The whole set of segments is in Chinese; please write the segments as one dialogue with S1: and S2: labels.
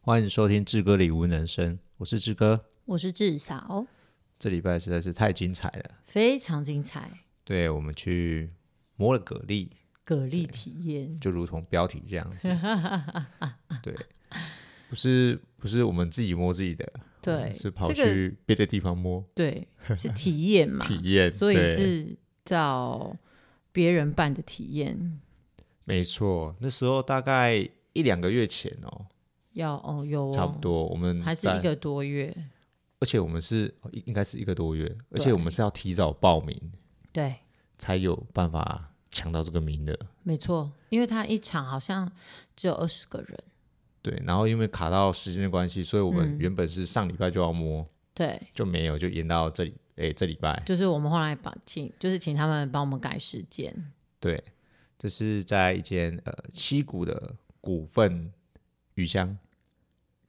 S1: 欢迎收听志哥礼物人生，我是志哥。
S2: 我是志嫂，
S1: 这礼拜实在是太精彩了，
S2: 非常精彩，
S1: 对我们去摸了蛤蜊，
S2: 蛤蜊体验。
S1: 就如同标题这样 子。对，不是不是我们自己摸自己的，
S2: 对，
S1: 是跑
S2: 这个
S1: 去别的地方摸、
S2: 对是体验嘛，
S1: 体验，
S2: 所以
S1: 对
S2: 是找别人办的体验。
S1: 没错。那时候大概一两个月前哦，
S2: 要哦，有哦
S1: 差不多嗯我们
S2: 还是
S1: 在
S2: 一个多月，
S1: 而且我们是哦应应该是一个多月，而且我们是要提早报名
S2: 对，
S1: 才有办法抢到这个名额。
S2: 没错，因为他一场好像只有二十个人，
S1: 对，然后因为卡到时间的关系，所以我们
S2: 嗯
S1: 原本是上礼拜就要摸，
S2: 对，
S1: 就没有，就延到这里，哎，这礼拜。
S2: 就是我们后来把请，就是请他们帮我们改时间，
S1: 对，这是在一间呃七股的股份鱼香，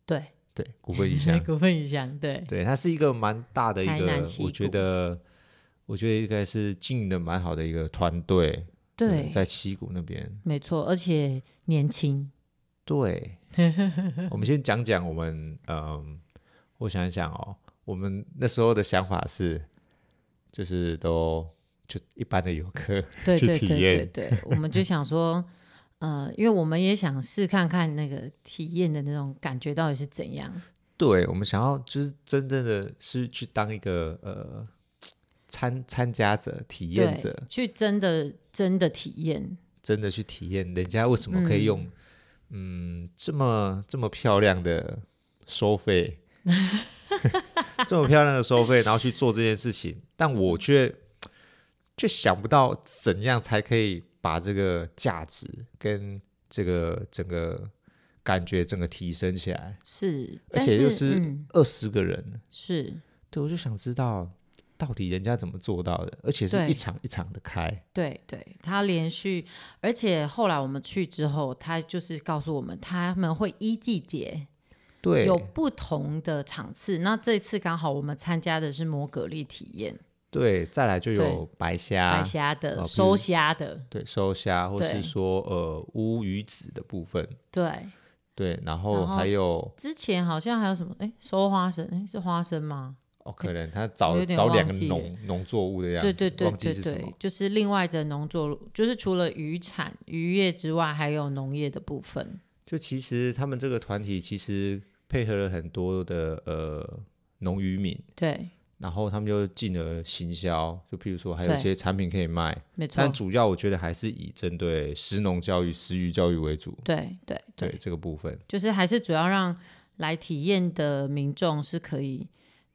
S2: 对，
S1: 对，股份鱼香，
S2: 股份影响，对，
S1: 对，它是一个蛮大的一
S2: 台南
S1: 个，
S2: 七
S1: 我觉
S2: 股
S1: 得，我觉得应该是经营的蛮好的一个团队，
S2: 对，
S1: 在七股那边，
S2: 没错，而且年轻，
S1: 对，我们先讲讲我们，嗯，我想一想哦，我们那时候的想法是，就是都就一般的游客，
S2: 对
S1: 去
S2: 对
S1: 体
S2: 对对对，我们就想说，呃，因为我们也想试看看那个体验的那种感觉到底是怎样。
S1: 对，我们想要就是真正的是去当一个呃参参加者、体验
S2: 对
S1: 者，，
S2: 去真的真的体验，
S1: 真的去体验人家为什么可以用嗯这么这么漂亮的收费，这么漂亮的收费，然后去做这件事情，但我却却想不到怎样才可以把这个价值跟这个整个感觉整个提升起来。
S2: 是，
S1: 而
S2: 但
S1: 且就是是
S2: 嗯
S1: 二十个人，
S2: 是
S1: 对，我就想知道到底人家怎么做到的，而且是一
S2: 对
S1: 场一场的开，
S2: 对对，他连续，而且后来我们去之后，他就是告诉我们他们会依季节
S1: 对，
S2: 有不同的场次。那这次刚好我们参加的是摩格力体验，
S1: 对，再来就有白虾，
S2: 白虾的、
S1: 哦比如
S2: 收虾的，
S1: 对，收虾，或是
S2: 对
S1: 说呃乌鱼子的部分，
S2: 对。
S1: 对，然后
S2: 然后
S1: 还有
S2: 之前好像还有什么？哎，收花生，哎，是花生吗？
S1: 哦，可能他找
S2: 有点
S1: 找两
S2: 忘
S1: 个
S2: 记
S1: 农农作物的样子，
S2: 对对对
S1: 啊忘记
S2: 对
S1: 是什么
S2: 对，，就是另外的农作物，就是除了渔产、渔业之外，还有农业的部分。
S1: 就其实他们这个团体其实配合了很多的呃农渔民。
S2: 对，
S1: 然后他们就进而行销，就譬如说还有一
S2: 对
S1: 些产品可以卖，
S2: 没错
S1: 但，主要我觉得还是以针对食农教育、食育教育为主。
S2: 对对
S1: 对
S2: 对，
S1: 这个部分，
S2: 就是还是主要让来体验的民众是可以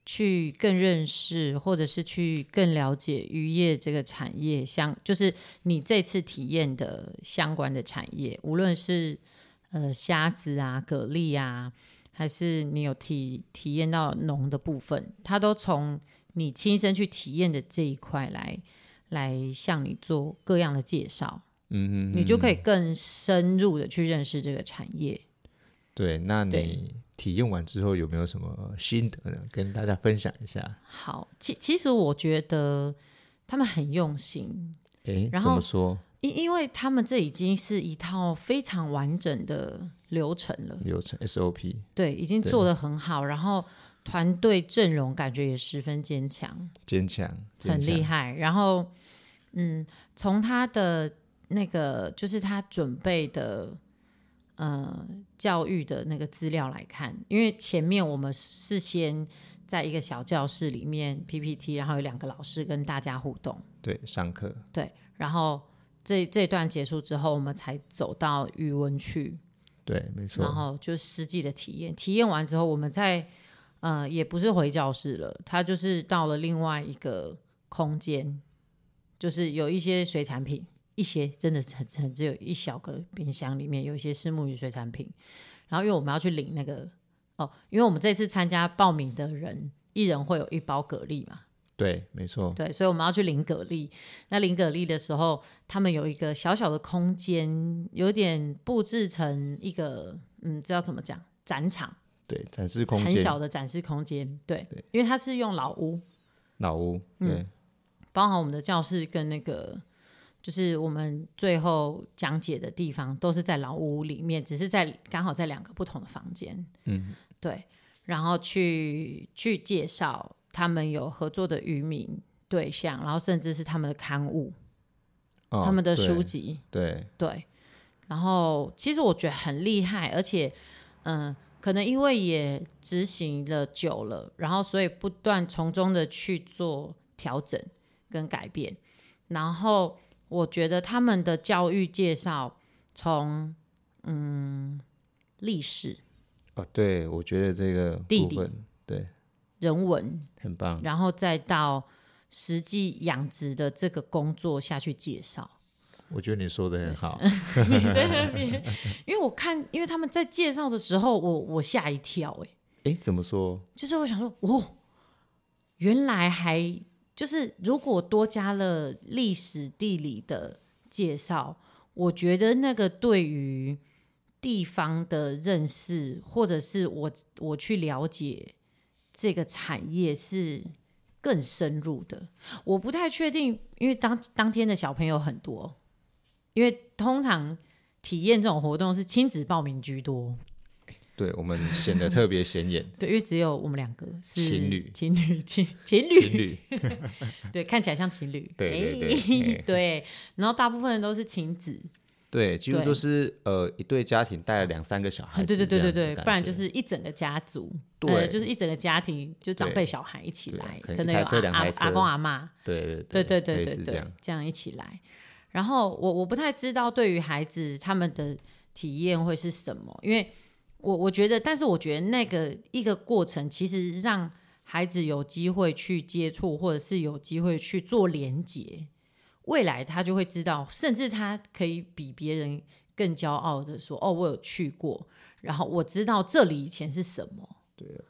S2: 去更认识，或者是去更了解渔业这个产业相，就是你这次体验的相关的产业，无论是呃虾子啊、蛤蜊啊，还是你有体体验到农的部分，它都从你亲身去体验的这一块来来向你做各样的介绍，
S1: 嗯
S2: 你就可以更深入的去认识这个产业。
S1: 对。那
S2: 对
S1: 你体验完之后有没有什么心得呢？跟大家分享一下。
S2: 好，其其实我觉得他们很用心，
S1: 诶，
S2: 然
S1: 怎么
S2: 后
S1: 说
S2: 因因为他们这已经是一套非常完整的流程了，
S1: 流程 SOP？
S2: 对，已经
S1: 对
S2: 做得很好，然后团队阵容感觉也十分坚强，
S1: 坚强，
S2: 很
S1: 坚强
S2: 厉。害。然后，嗯，从他的那个就是他准备的。呃，教育的那个资料来看，因为前面我们是先在一个小教室里面 PPT，然后有两个老师跟大家互动，
S1: 对，上课
S2: 然后这这段结束之后，我们才走到语文去，
S1: 对，没
S2: 然
S1: 错，
S2: 后就实际的体验。体验完之后，我们再呃也不是回教室了，他就是到了另外一个空间，就是有一些水产品，一些真的很很只有一小个冰箱里面有一些是木鱼水产品。然后因为我们要去领那个哦，因为我们这次参加报名的人，一人会有一包蛤蜊嘛，
S1: 对，没错，
S2: 对，所以我们要去领蛤蜊。那领蛤蜊的时候，他们有一个小小的空间，有点布置成一个，嗯，知道怎么讲，展场，
S1: 对，展示空
S2: 很
S1: 间，
S2: 小的展示空间。对，
S1: 对
S2: 因为它是用老屋，嗯
S1: 老屋，对，
S2: 包含我们的教室跟那个就是我们最后讲解的地方都是在老屋里面，只是在刚好在两个不同的房间，
S1: 嗯，
S2: 对，然后去去介绍他们有合作的渔民对象，然后甚至是他们的刊物、
S3: 哦
S2: 他们的
S3: 对
S2: 书籍，
S3: 对，
S2: 对，然后其实我觉得很厉害，而且，嗯、可能因为也执行了久了，然后所以不断从中的去做调整跟改变。然后我觉得他们的教育介绍从嗯历史、
S3: 哦，对，我觉得这个
S2: 地
S3: 部
S2: 理
S3: 分对
S2: 人文，
S1: 很棒，
S3: 嗯
S2: 然后再到实际养殖的这个工作下去介绍。
S3: 我觉得你说的很好，
S2: 你在那边，因为我看，因为他们在介绍的时候，我我吓一跳、欸，
S1: 哎，怎么说？
S2: 就是我想说，哦，原来还就是如果多加了历史地理的介绍，我觉得那个对于地方的认识，或者是我我去了解这个产业是更深入的。我不太确定，因为当当天的小朋友很多，因为通常体验这种活动是亲子报名居多。，
S3: 对我们显得特别显眼
S2: 对，因为只有我们两个是
S3: 情侣
S2: 情侣， 情情
S3: 情
S2: 侣，
S3: 侣，
S2: 对，看起来像情侣，
S3: 对对
S2: 哎
S3: 对哎
S2: 对然后大部分人都是情子，
S3: 对，几乎
S2: 对
S3: 都是呃一对家庭带
S1: 带
S3: 了
S1: 了
S3: 两
S1: 两三个小孩
S2: 对
S1: 子
S2: 嗯对
S1: 这样
S2: 对
S1: 子的
S2: 对
S1: 感觉，
S2: 对对，不然就是一整个家族，
S3: 对
S2: 呃，就是一整个家庭，就长
S3: 对
S2: 辈小孩一起
S3: 对
S2: 来，
S3: 可能
S2: 可
S3: 一
S2: 能有
S3: 台车
S2: 阿
S3: 两
S2: 阿
S3: 台
S2: 阿
S3: 车
S2: 公阿妈，
S3: 对
S2: 对
S3: 对
S2: 对对
S3: 类
S2: 对
S3: 似这
S2: 对
S3: 样，，
S2: 这样一起来。然后我我不太知道对于孩子他们的体验会是什么，因为我我觉得，但是我觉得那个一个过程，其实让孩子有机会去接触，或者是有机会去做连接，未来他就会知道，甚至他可以比别人更骄傲的说：“哦，我有去过，然后我知道这里以前是什么。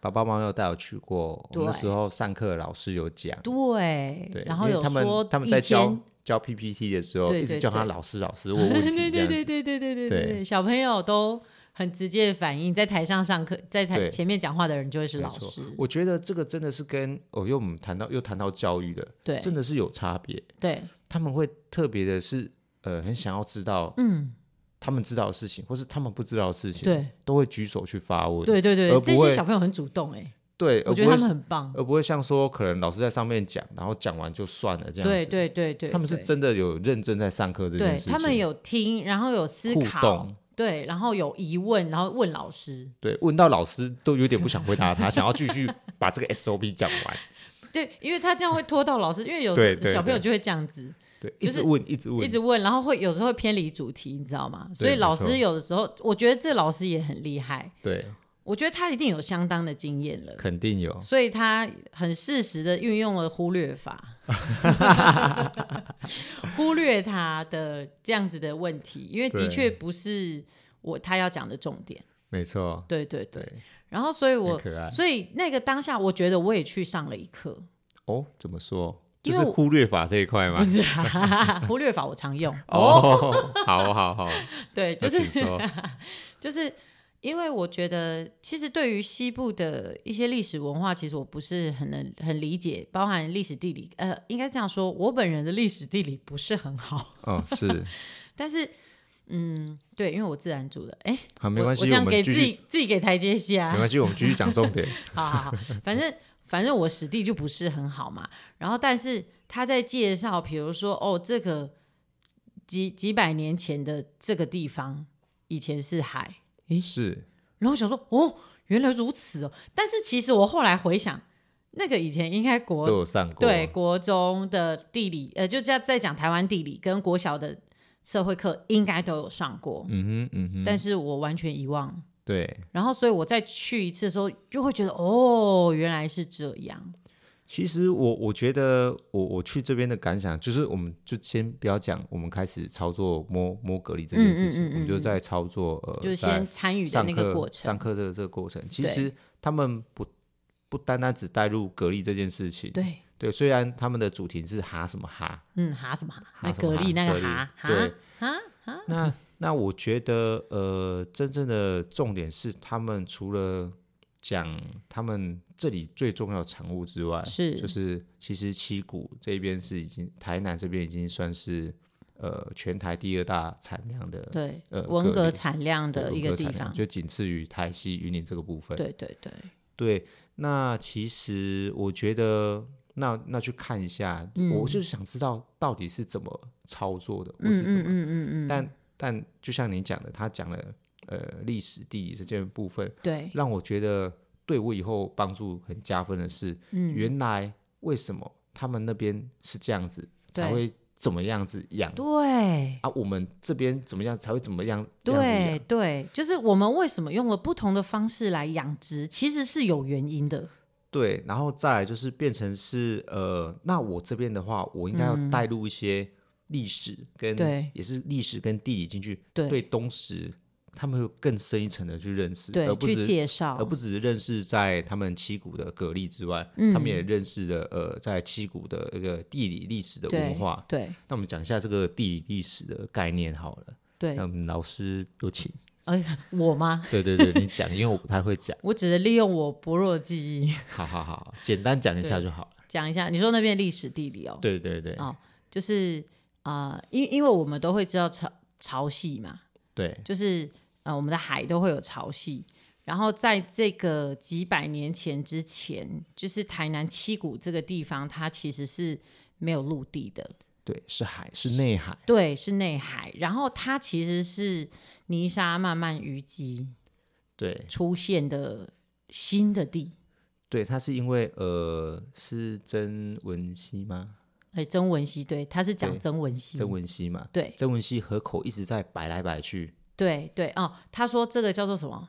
S3: 爸爸妈妈有带我去过，我们那
S2: 对
S3: 时候上课老师有讲”，
S2: 对，
S3: 对，
S2: 然后
S3: 因为
S2: 有
S3: 他
S2: 说
S3: 们他们
S2: 以
S3: 在教
S2: 前
S3: 教 PPT 的时候，一
S2: 对
S3: 直
S2: 对
S3: 叫他
S2: 对
S3: 老师老师 问问题
S2: 对
S3: 这
S2: 对
S3: 样子，
S2: 对对对对对
S3: 对
S2: 对，小朋友都很直接的反应，在台上上课，在台
S3: 对
S2: 前面讲话的人就会是
S3: 没
S2: 老
S3: 错
S2: 师，
S1: 我觉得这个真的是跟哦，又我们谈到又谈到教育了，
S2: 对
S1: 真的是有差别。
S2: 对，
S1: 他们会特别的是呃，很想要知道
S2: 嗯，
S1: 他们知道的事情，或是他们不知道的事情，，
S2: 对
S1: 都会举手去发问，
S2: 对对对，
S1: 而不
S2: 这些
S1: 会
S2: 小朋友很主动哎，
S1: 对，
S2: 我
S1: 而
S2: 觉
S1: 不会
S2: 得他们很棒，
S1: 而不会像说可能老师在上面讲，然后讲完就算了这样
S2: 对
S1: 子。
S2: 对对对，
S1: 他们是
S2: 对
S1: 真的有认真在上课这件
S2: 对
S1: 事情，
S2: 他们有听，然后有思
S1: 互
S2: 考
S1: 动，，
S2: 对，然后有疑问，然后问老师，
S1: 对，问到老师都有点不想回答他，想要继续把这个 SOP 讲完，
S2: 对，因为他这样会拖到老师，因为有
S1: 对
S2: 时
S1: 对
S2: 候小朋友
S1: 对
S2: 就会这样子，
S1: 对，
S2: 就
S1: 一
S2: 是
S1: 直问，一直问，
S2: 一直问，然后会有时候会偏离主题，你知道吗？所以
S1: 没
S2: 老
S1: 错
S2: 师有的时候，我觉得这老师也很厉害。
S1: 对，
S2: 我觉得他一定有相当的经验了，
S1: 肯定有，
S2: 所以他很适时的运用了忽 略法， 忽略他的这样子的问题，因为的
S3: 对
S2: 确不是我他要讲的重点。
S3: 没错，
S2: 对对对。
S3: 对，
S2: 然后，所以
S3: 很
S2: 我
S3: 可爱
S2: 所以那个当下，我觉得我也去上了一课，
S3: 哦。怎么说？
S2: 因
S3: 就
S2: 为
S3: 是
S2: 我
S3: 忽略法这一块吗
S2: 不？是、啊、 忽略法，我常用。
S3: 哦，好好好，
S2: 对， 就
S3: 那
S2: 是
S3: 请说。
S2: 就是因为我觉得，其实对于西部的一些历史文化，其实我不是很能很理解，包含历史地理，呃，应该这样说，我本人的历史地理不是很好，
S1: 哦，是，
S2: 但是。嗯，对，因为我自然组的，哎，
S1: 好，没
S2: 我
S1: 关系，
S2: 我
S1: 我
S2: 这样给
S1: 们继
S2: 自
S1: 续，
S2: 己自己给台阶
S1: 没
S2: 下，
S1: 关系，我们继续讲重 点。
S2: 好好好，反正反正我实地就不是很好嘛。然后，但是他在介绍，比如说哦，这个几几百年前的这个地方以前是海，
S1: 是，
S2: 然后我想说，哦，原来如此哦。但是其实我后来回想，那个以前应该国
S3: 都有上过，
S2: 对国中的地理，呃，就在在讲台湾地理跟国小的社会课应该都有上过，
S1: 嗯哼，嗯哼，
S2: 但是我完全遗忘。
S1: 对，
S2: 然后，所以我再去一次的时候，就会觉得哦，原来是这样。
S1: 其实我我觉得我我去这边的感想就是，我们就先不要讲，我们开始操作摸摸蛤蜊这件事情，
S2: 嗯嗯嗯嗯
S1: 我们就在操作呃，
S2: 就是先参与
S1: 在
S2: 的
S1: 上
S2: 那
S1: 课
S2: 个过
S1: 上
S2: 程，
S1: 课的这个过程，其
S2: 对
S1: 实他们不不单单只带入蛤蜊这件事情，
S2: 对，
S1: 对，虽然他们的主题是哈什么哈，
S2: 嗯，哈什么哈，那
S1: 哈什
S2: 蛤
S1: 么
S2: 蜊
S1: 蛤
S2: 那个
S1: 蛤蜊
S2: 哈哈
S1: 对
S2: 哈哈，
S1: 那那我觉得，呃，真正的重点是，他们除了讲他们这里最重要的产物之外，
S2: 是
S1: 就是其实七股这边是已经台南这边已经算是呃全台第二大产量的
S2: 对，
S1: 呃
S2: 文
S1: 个
S2: 革
S1: 例
S2: 产量的
S1: 对
S2: 一
S1: 文
S2: 个
S1: 革
S2: 地
S1: 产量
S2: 方，
S1: 就仅次于台西、云林这个部分。
S2: 对对对，
S1: 对，那其实我觉得，那那去看一下，
S2: 嗯
S1: 我就是想知道到底是怎么操作的，或是怎么。
S2: 嗯嗯嗯嗯，
S1: 但但就像你讲的，他讲了呃历史地理这件部分，
S2: 对，
S1: 让我觉得对我以后帮助很加分的是，
S2: 嗯，
S1: 原来为什么他们那边是这样子，才
S2: 对
S1: 会怎么样子养
S2: 对。
S1: 啊？我们这边怎么样才会怎么样？这样子
S2: 对
S1: 养
S2: 对，就是我们为什么用了不同的方式来养殖，其实是有原因的。
S1: 对，然后再来就是变成是呃，那我这边的话，我应该要带入一些历史跟、
S2: 嗯对
S1: 也是历史跟地理进去，
S2: 对
S1: 东石他们会更深一层的去认识，
S2: 对
S1: 而，不
S2: 去
S1: 是
S2: 介绍，
S1: 而不只是认识在他们七股的蛤蜊之外，
S2: 嗯
S1: 他们也认识了呃，在七股的一个地理历史的文
S2: 对
S1: 化。
S2: 对
S1: 那我们讲一下这个地理历史的概念好了，
S2: 对
S1: 那，我们老师有请。
S2: 哎，我吗？
S1: 对对对，你讲，因为我不太会讲。
S2: 我只是利用我薄弱的记忆
S1: 好好好，简单讲一下
S2: 对
S1: 就好了。
S2: 讲一下，你说那边历史地理哦，
S1: 对对对
S2: 哦就是啊、呃因因为我们都会知道潮潮汐嘛，
S1: 对。
S2: 就是呃，我们的海都会有潮汐。然后在这个几百年前之前，就是台南七股这个地方，它其实是没有陆地的，
S1: 对，是海，是内海，
S2: 对，是内海。然后它其实是泥沙慢慢淤积
S1: 对
S2: 出现的新的地。
S1: 对，它是因为呃是曾文溪吗？
S2: 哎，曾文溪，对，他是讲
S1: 对
S2: 曾文溪，
S1: 曾文溪嘛，
S2: 对
S1: 曾文溪河口一直在摆来摆去，
S2: 对对哦，他说这个叫做什么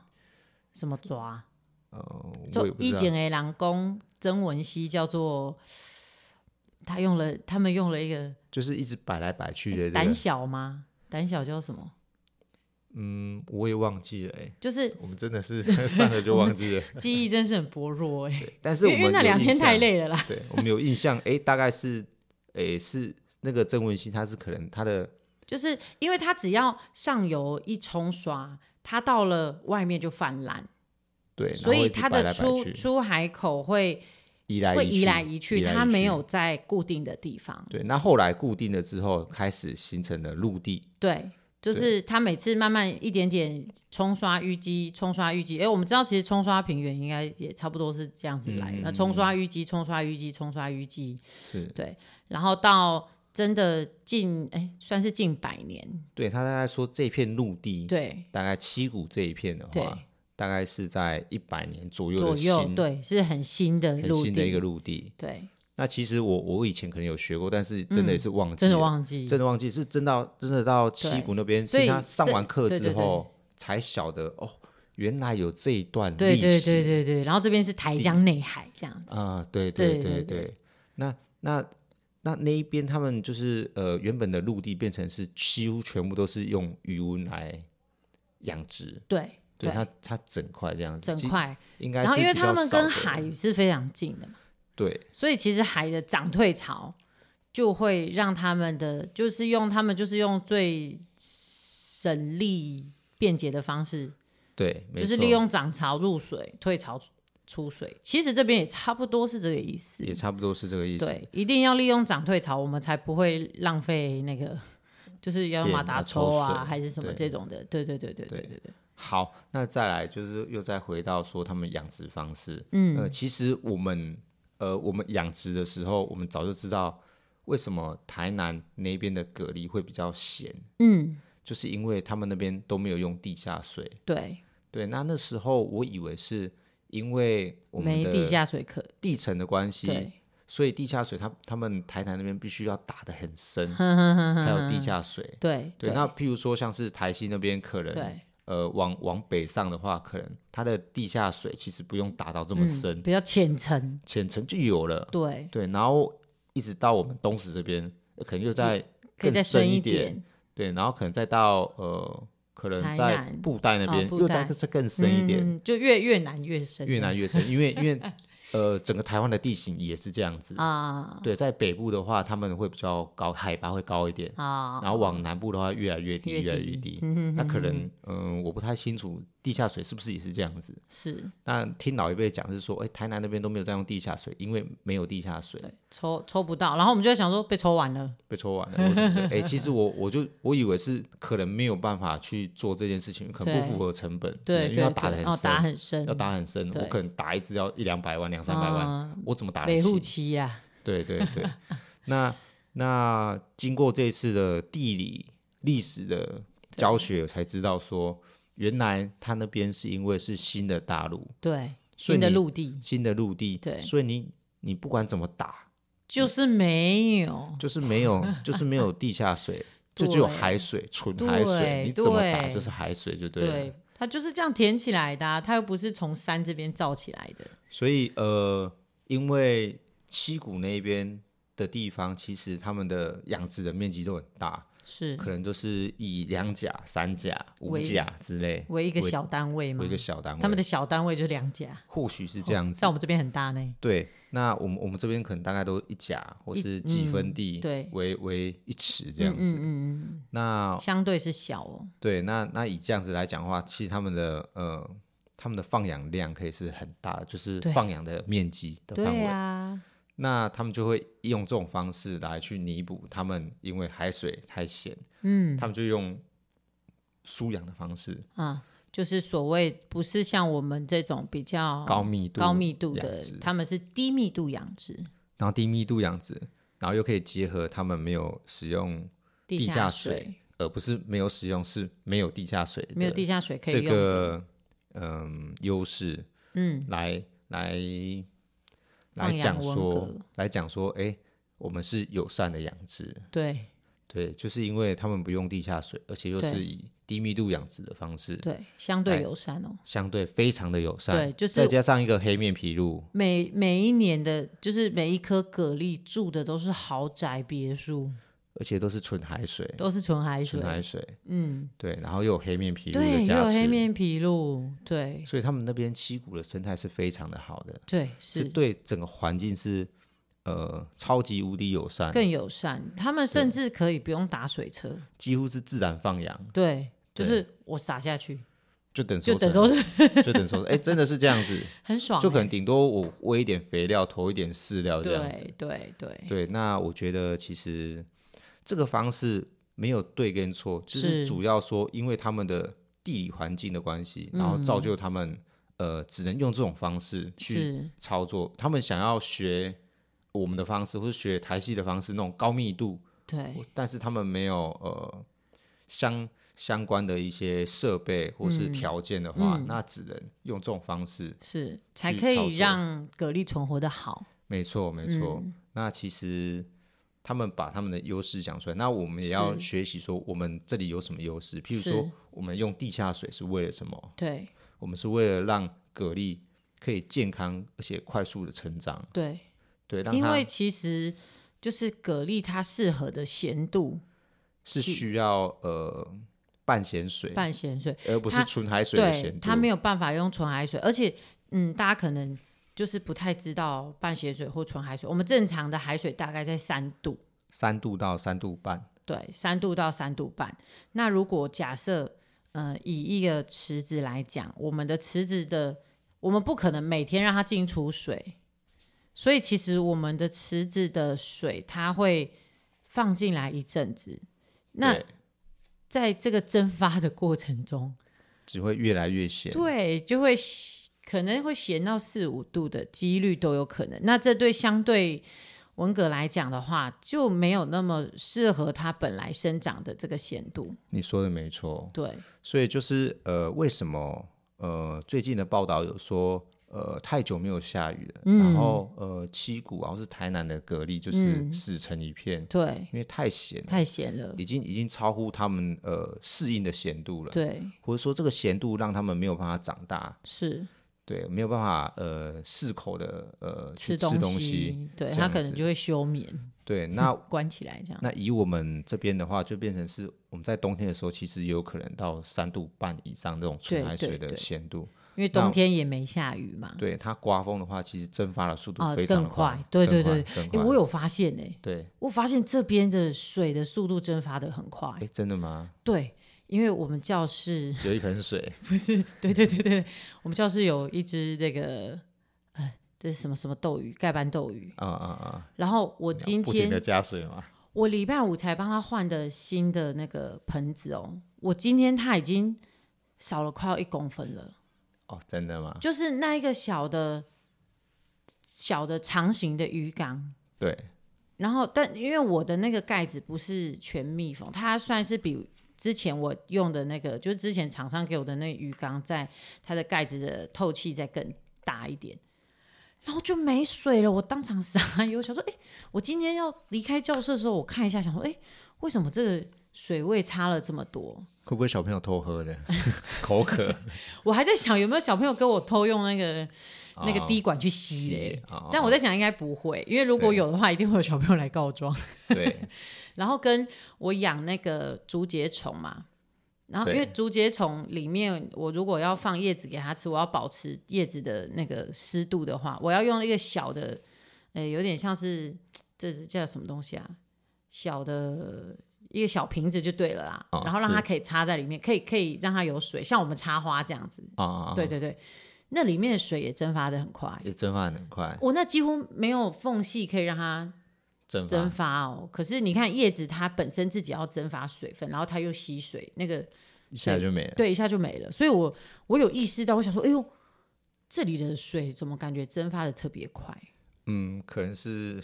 S2: 什么抓，
S1: 呃，我
S2: 就
S1: 也不
S2: 以
S1: 知
S2: 前
S1: 道，
S2: 的人讲曾文熙叫做他用了，他们用了一个
S1: 就是一直摆来摆去的、这
S2: 胆
S1: 个，
S2: 小吗？胆小叫什么？
S1: 嗯，我也忘记了、欸，
S2: 就是
S1: 我们真的 是上了就忘记了，
S2: 记忆真是很薄弱哎、
S1: 对但是
S2: 因
S1: 我
S2: 为
S1: 们
S2: 因为那
S1: 有
S2: 两
S1: 印
S2: 天太
S1: 象，
S2: 累了啦。
S1: 对，我们有印象，哎、大概是，哎、是那个曾文溪，它是可能它的
S2: 就是因为它只要上游一冲刷，它到了外面就泛滥，
S1: 对，然
S2: 所
S1: 后
S2: 以
S1: 一直
S2: 它
S1: 摆
S2: 的
S1: 来摆
S2: 出
S1: 去，
S2: 出海口会
S1: 移来
S2: 会
S1: 移
S2: 移
S1: 去
S2: 来移去，它没有在固定的地方。
S1: 对，那后来固定了之后，开始形成了陆地，
S2: 对，就是它每次慢慢一点点冲刷淤积，冲刷淤积。哎，我们知道其实冲刷平原应该也差不多是这样子来
S1: 嗯
S2: 的，那冲刷淤积，冲刷淤积，冲刷淤积，
S1: 是
S2: 对，然后到真的近哎算是近百年，
S1: 对他大概说这片陆地，
S2: 对
S1: 大概七股这一片的
S2: 对
S1: 话，大概是在一百年左右
S2: 左
S1: 的
S2: 右
S1: 新
S2: 对是很新的
S1: 很
S2: 陆
S1: 新的一个
S2: 地，
S1: 陆地。
S2: 对，
S1: 那其实我我以前可能有学过，但是真的也是忘记、
S2: 嗯真的忘记
S1: 记，真的忘记是真到真的到七股那边，
S2: 所以
S1: 听他上完课
S2: 这
S1: 之
S2: 对对
S1: 后才晓得哦，原来有这一段历
S2: 对
S1: 史。
S2: 对对对对，然后这边是台江内海这样子，
S1: 啊、对对
S2: 对
S1: 对
S2: 对
S1: 对，那那那那一边他们就是呃原本的陆地变成是几乎全部都是用鱼温来养殖，
S2: 对
S1: 对它它整块这样子，
S2: 整
S1: 几
S2: 块，
S1: 应该
S2: 然后
S1: 是
S2: 因为
S1: 比
S2: 他
S1: 较
S2: 们
S1: 少
S2: 跟
S1: 的
S2: 海是非常近的嘛。
S1: 对
S2: 所以其实海的涨退潮就会让他们的，就是用他们就是用最省力便捷的方式，
S1: 对，没
S2: 就是
S1: 错
S2: 利用涨潮入水，退潮出水。其实这边也差不多是这个意思
S1: 也。差不多是这个意思。
S2: 对，一定要利用涨退潮，我们才不会浪费那个，就是要用
S1: 电
S2: 马达
S1: 啊
S2: 抽
S1: 抽
S2: 啊，
S1: 水
S2: 还是什么
S1: 对
S2: 这种的。对对对对对对对。
S1: 好，那再来就是又再回到说他们养殖方式，
S2: 嗯
S1: 呃，其实我们呃我们养殖的时候，我们早就知道为什么台南那边的蛤蜊会比较咸，
S2: 嗯，
S1: 就是因为他们那边都没有用地下水。
S2: 对，
S1: 对，那那时候我以为是因为我们
S2: 没
S1: 的
S2: 地下水可
S1: 地层的关系，
S2: 对，，
S1: 所以地下水他他们台南那边必须要打得很深
S2: 哼哼哼哼
S1: 才有地
S2: 哼
S1: 下水。
S2: 嗯对
S1: 对，那譬如说像是台西那边可能
S2: 对
S1: 呃往往北上的话，可能它的地下水其实不用打到这么
S2: 嗯
S1: 深，
S2: 比较浅层，
S1: 浅层就有了。
S2: 对，
S1: 对，然后一直到我们东石这边，呃可能又再
S2: 嗯可以
S1: 更
S2: 再
S1: 深
S2: 深一
S1: 点，
S2: 点，
S1: 对，然后可能再到呃，可能
S2: 台
S1: 在
S2: 南
S1: 布袋那
S2: 哦
S1: 边、
S2: 布
S1: 又
S2: 袋嗯
S1: 再再更深一点，
S2: 嗯，就越越难越深，
S1: 越南越深，因为因为呃，整个台湾的地形也是这样子。
S2: 啊
S1: 对，在北部的话，他们会比较高，海拔会高一点，
S2: 啊，
S1: 然后往南部的话，越来越低，
S2: 越
S1: 越来越
S2: 低
S1: 低。那可能，嗯、我不太清楚地下水是不是也是这样子。
S2: 是
S1: 那听老一辈讲是说，哎、台南那边都没有在用地下水，因为没有地下水
S2: 抽抽不到，然后我们就会想说被抽完了，
S1: 被抽完了或什么的。 哎、其实我我就我以为是可能没有办法去做这件事情，可能
S2: 对
S1: 不符合成本，因
S2: 对对
S1: 为
S2: 对，
S1: 要打的
S2: 哦
S1: 很深，
S2: 打很深，
S1: 要打很深，
S2: 对
S1: 我可能打一只要一两百万、两三百万，
S2: 万，
S1: 我怎么打得
S2: 维护
S1: 起？
S2: 期呀，
S1: 对对对，那那经过这一次的地理历史的教学，我才知道说，原来它那边是因为是新的大陆、
S2: 对，
S1: 所以
S2: 新的
S1: 你嗯
S2: 陆地
S1: 新的陆地，
S2: 对
S1: 所以你你不管怎么打，
S2: 就是没有，
S1: 就是没有就是没有地下 水，就只有海水，纯海水，
S2: 对
S1: 你怎么打
S2: 对
S1: 就是海水就对了。
S2: 对，它就是这样填起来的啊，它又不是从山这边造起来的，
S1: 所以呃，因为七股那边的地方，其实他们的养殖的面积都很大，
S2: 是
S1: 可能都是以两甲、三甲、五
S2: 为
S1: 甲之类
S2: 为一个
S1: 为
S2: 小单位嘛
S1: 为一，个小单位，
S2: 他们的哦小单位就是两甲，
S1: 或许是这样子。
S2: 在我们这边很大呢，
S1: 对，那我们我们这边可能大概都一甲或是几分地
S2: 嗯对
S1: 为、为一尺这样子。
S2: 嗯嗯嗯
S1: 那
S2: 嗯，相对是小哦，
S1: 对，那那以这样子来讲的话，其实他们的呃他们的放养量可以是很大的，就是
S2: 对
S1: 放养的面积的范
S2: 对
S1: 围。
S2: 啊，
S1: 那他们就会用这种方式来去弥补他们因为海水太咸，
S2: 嗯
S1: 他们就用疏养的方式，
S2: 啊，就是所谓不是像我们这种比较
S1: 高密度、
S2: 哦高密度
S1: 养
S2: 的
S1: 殖，
S2: 他们是低密度养殖，
S1: 然后低密度养殖，然后又可以结合他们没有使用，
S2: 地
S1: 地
S2: 下
S1: 下水而不是没有使用，是没有地下水的
S2: 没有地下水可以
S1: 这
S2: 用的。
S1: 个嗯优势
S2: 嗯，
S1: 来来
S2: 放
S1: 来
S2: 养
S1: 讲
S2: 文
S1: 说
S2: 革
S1: 来讲说，哎，我们是友善的养殖，
S2: 对
S1: 对，就是因为他们不用地下水，而且又
S2: 对
S1: 是以低密度养殖的方式，
S2: 对，相
S1: 来
S2: 对友善哦。
S1: 相对非常的友善。
S2: 对，就
S1: 再
S2: 是
S1: 加上一个黑面琵鹭，
S2: 每每一年的，就是每一颗蛤蜊住的都是豪宅别墅，
S1: 而且都是纯海水，
S2: 都是纯海水
S1: 纯。海水，
S2: 嗯，
S1: 对，然后又有黑面琵鹭
S2: 对，
S1: 的
S2: 又
S1: 加
S2: 有
S1: 持，
S2: 黑面琵鹭，对
S1: 所以他们那边七股的生态是非常的好的，
S2: 对
S1: 是
S2: 是
S1: 对整个环境是呃超级无敌友善，
S2: 更友善。他们甚至可以不用打水车，
S1: 几乎是自然放养，
S2: 对，就
S1: 对
S2: 是我撒下去
S1: 就等收成
S2: 就等收
S1: 了，
S2: 成，
S1: 就等收成，哎，真的是这样 子，
S2: 很爽欸。
S1: 就可能顶多我喂一点肥料，投一点饲料这样子，
S2: 对对对，
S1: 对，那我觉得其实这个方式没有对跟错，就是
S2: 是
S1: 主要说因为他们的地理环境的关系，然后造就他们呃只能用这种方式去
S2: 嗯是
S1: 操作。他们想要学我们的方式，或是学台系的方式那种高密度，
S2: 对
S1: 但是他们没有呃相相关的一些设备或
S2: 嗯
S1: 是条件的话，那只能用这种方式。
S2: 是才
S1: 去
S2: 可
S1: 操
S2: 以
S1: 作
S2: 让蛤蜊存活的好。
S1: 没错，没
S2: 嗯
S1: 错。那其实他们把他们的优势讲出来，那我们也要
S2: 是
S1: 学习说我们这里有什么优势。譬如
S2: 是
S1: 说，我们用地下水是为了什么？
S2: 对
S1: 我们是为了让蛤蜊可以健康而且快速的成长，
S2: 对，
S1: 对，让
S2: 因
S1: 它
S2: 为其实就是蛤蜊它适合的咸度
S1: 是
S2: 是
S1: 需要呃半咸水，
S2: 半咸水，
S1: 而不是
S2: 它
S1: 纯海水的
S2: 对
S1: 咸，度
S2: 它。没有办法用纯海水，而且嗯，大家可能就是不太知道半咸水或纯海水，我们正常的海水大概在三度，
S1: 三度到三度半，
S2: 对，三度到三度半。那如果假设呃以一个池子来讲，我们的池子的我们不可能每天让它进出水，所以其实我们的池子的水它会放进来一阵子，那
S1: 对
S2: 在这个蒸发的过程中，
S1: 只会越来越咸。
S2: 对，就会咸可能会咸到四五度的几率都有可能。那这对相对文革来讲的话，就没有那么适合它本来生长的这个咸度。
S1: 你说的没错。
S2: 对，
S1: 所以就是呃，为什么呃最近的报道有说呃太久没有下雨了，然后呃七股然后是台南的蛤蜊就是
S2: 嗯
S1: 死成一片，
S2: 对，
S1: 因为太咸了，
S2: 太咸了。
S1: 已经已经超乎他们呃适应的咸度了，
S2: 对，
S1: 或者说这个咸度让他们没有办法长大，
S2: 是
S1: 对，没有办法呃适口的呃去
S2: 东
S1: 吃东西，
S2: 对
S1: 这
S2: 它
S1: 样
S2: 可能
S1: 子啊
S2: 就会休眠，
S1: 对，那。
S2: 关起来这样。
S1: 那以我们这边的话，就变成是我们在冬天的时候，其实有可能到三度半以上这种纯
S2: 对
S1: 海
S2: 对
S1: 水的
S2: 对
S1: 咸度。
S2: 因为冬天也没下雨嘛。
S1: 对它刮风的话，其实蒸发的速度
S2: 哦
S1: 非常
S2: 更
S1: 的
S2: 快对对对
S1: 更
S2: 哎、
S1: 快，更
S2: 我
S1: 快
S2: 有发现哎、
S1: 对，
S2: 我发现这边的水的速度蒸发的很快。
S1: 哎，真的吗？
S2: 对，因为我们教室，
S1: 有一盆水，
S2: 对对对对，我们教室有一只那个，呃，这是什么什么斗鱼，盖斑斗鱼。
S1: 啊啊啊！
S2: 然后我今
S3: 不停
S2: 天
S3: 的加水嘛，
S2: 我礼拜五才帮他换的新的那个盆子哦，我今天他已经少了快要一公分了，
S1: 哦，真的吗？
S2: 就是那一个小的小的长形的鱼缸。
S1: 对，
S2: 然后，但因为我的那个盖子不是全密封，它算是比之前我用的那个，就是之前厂商给我的那鱼缸在，它的盖子的透气再更大一点，然后就没水了。我当场傻眼，我想说，哎、我今天要离开教室的时候，我看一下，想说，哎、为什么这个水位差了这么多？
S1: 会不会小朋友偷喝的？ 口渴，
S2: 我还在想有没有小朋友跟我偷用那个、 那个
S1: 哦
S2: 滴管去吸嘞、
S1: 急啊！
S2: 但我
S1: 在
S2: 在想应该不会，因为如果
S1: 对
S2: 有的话，一定会有小朋友来告状。
S1: 对
S2: 然后跟我养那个竹节虫嘛，然后因
S1: 对
S2: 为竹节虫里面，我如果要放叶子给它吃，我要保持叶子的那个湿度的话，我要用一个小的，呃，有点像是这是叫什么东西啊？小的一个小瓶子就对了啦，
S1: 哦
S2: 然后让
S1: 是
S2: 它可以插在里面，可以可以让它有水，像我们插花这样子。
S1: 啊啊，啊
S2: 对，对对，那里面的水也蒸发的很快。
S1: 也蒸发得很快，
S2: 我那几乎没有缝隙可以让它
S1: 蒸
S2: 蒸
S1: 发
S2: 发哦。可是你看叶子它本身自己要蒸发水分，然后它又吸水，那个
S1: 一下就没了。
S2: 对一下就没了。所以我我有意识到，我想说，哎呦，这里的水怎么感觉蒸发的特别快？
S1: 嗯，可能是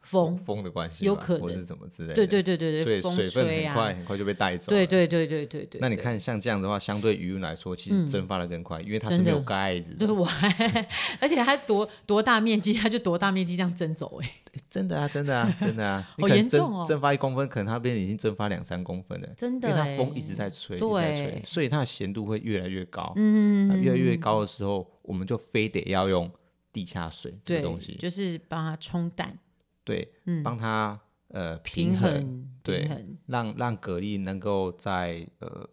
S2: 风，
S1: 风的关系吧，
S2: 有可能
S1: 或是怎么之类的。
S2: 对对对对
S1: 所以
S2: 对，风
S1: 水分
S2: 吹
S1: 很快
S2: 啊，
S1: 很快就被带走。
S2: 对。对对对对对。
S1: 那你
S2: 对，
S1: 看，像这样的话，相对鱼来说，其实蒸发的更快，因为它是
S2: 嗯真
S1: 没
S2: 的
S1: 有盖子的
S2: 对。我还，而且它多多大面积，它就多大面积这样蒸走哎、
S1: 诶真的啊，真的啊，真的 啊！你
S2: 好
S1: 可能
S2: 严
S1: 蒸
S2: 重哦
S1: 蒸发一公分，可能它边已经蒸发两三公分了，
S2: 真的
S1: 因为
S2: 哎、
S1: 它风一直在吹，一直
S2: 对
S1: 在吹，所以它的咸度会越来越高。
S2: 嗯，
S1: 那越来越高的时候，我们就非得要用地下水这
S2: 对
S1: 个东西，
S2: 就是帮它冲淡、
S1: 对，帮它呃
S2: 平
S1: 平衡，对
S2: 平衡，
S1: 让让蛤蜊能够在呃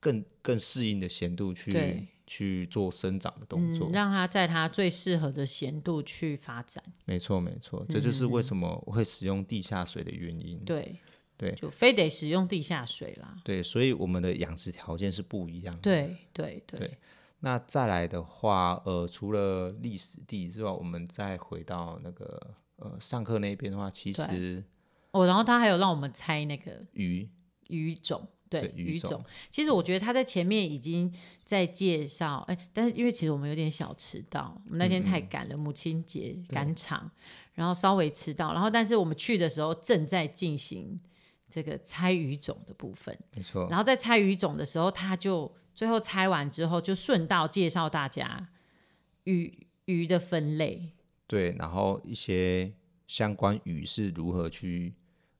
S1: 更更适应的咸度去
S2: 对
S1: 去做生长的动作。
S2: 嗯，让它在它最适合的咸度去发展。
S1: 没错，没
S2: 嗯
S1: 错，这就是为什么我会使用地下水的原因。
S2: 对嗯
S1: 对
S2: 就非得使用地下水啦。
S1: 对，所以我们的养殖条件是不一样的。
S2: 对对对
S1: 对那再来的话，呃，除了历史地之外，我们再回到那个呃上课那边的话，其
S2: 对
S1: 实
S2: 哦，然后他还有让我们猜那个
S1: 鱼
S2: 鱼种。对
S1: 对
S2: 鱼
S1: 鱼种
S2: 种，其实我觉得他在前面已经在介绍，哎，但是因为其实我们有点小迟到，我们那天太赶了，母亲节赶场，然后稍微迟到，然后但是我们去的时候正在进行这个猜鱼种的部分，
S1: 没错，
S2: 然后在猜鱼种的时候，他就最后猜完之后，就顺道介绍大家鱼鱼的分类，
S1: 对，然后一些相关语是如何去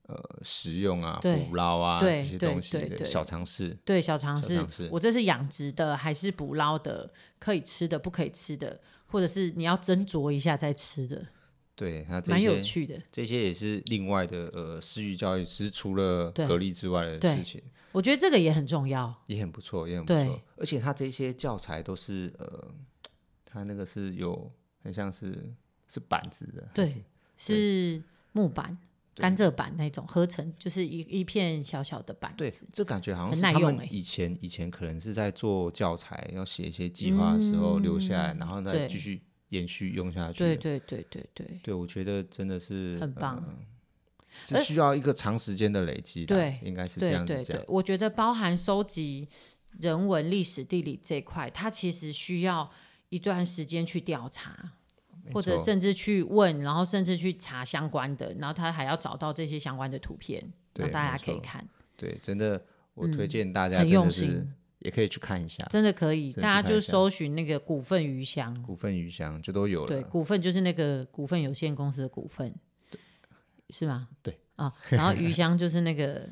S1: 呃食用啊、
S2: 对
S1: 捕捞啊
S2: 对
S1: 这些
S2: 对
S1: 东西
S2: 对
S1: 的
S2: 对
S1: 小常识。
S2: 对，小肠
S1: 小
S2: 是
S1: 肠是
S2: 我这是养殖的还是捕捞的，可以吃的不可以吃的，或者是你要斟酌一下再吃的，
S1: 对，那这
S2: 蛮有
S1: 些
S2: 趣的。
S1: 这些也是另外的呃私域教育，是除了
S2: 对
S1: 蛤蜊之外的
S2: 对
S1: 事情，
S2: 我觉得这个也很重要。
S1: 也很不错，也很不
S2: 对
S1: 错。而且它这些教材都是呃，它那个是有很像是是板子的，还是
S2: 对，是木板、甘蔗板那种合成，就是一一片小小的板
S1: 对
S2: 子。，
S1: 这感觉好像
S2: 很
S1: 是
S2: 耐
S1: 他
S2: 用
S1: 们
S2: 欸
S1: 以前以前可能是在做教材，要写一些计划的时候留下来，然后再
S2: 嗯对
S1: 继续延续用下去的。
S2: 对对对对对
S1: 对，我觉得真的是
S2: 很棒
S1: 呃是需要一个长时间的累积的，
S2: 对
S1: 应该是这
S2: 对
S1: 样子
S2: 对
S1: 讲
S2: 对，，我觉得包含收集人文、历史、地理这一块，它其实需要一段时间去调查。
S1: 没
S2: 或者
S1: 错
S2: 甚至去问，然后甚至去查相关的，然后他还要找到这些相关的图片，
S1: 对
S2: 让大
S1: 没
S2: 家可以
S1: 错
S2: 看，
S1: 对，真的我推荐大家
S2: 嗯很
S1: 真
S2: 用
S1: 的是
S2: 心
S1: 也可以去看一下
S2: 真的可以，
S1: 真的去
S2: 大家
S1: 看
S2: 就
S1: 一下
S2: 搜寻那个股份鱼香，
S1: 股份鱼香就都有
S2: 对，
S1: 了，
S2: 股份就是那个股份有限公司的股份，是吗？
S1: 对
S2: 啊、然后鱼香就是那个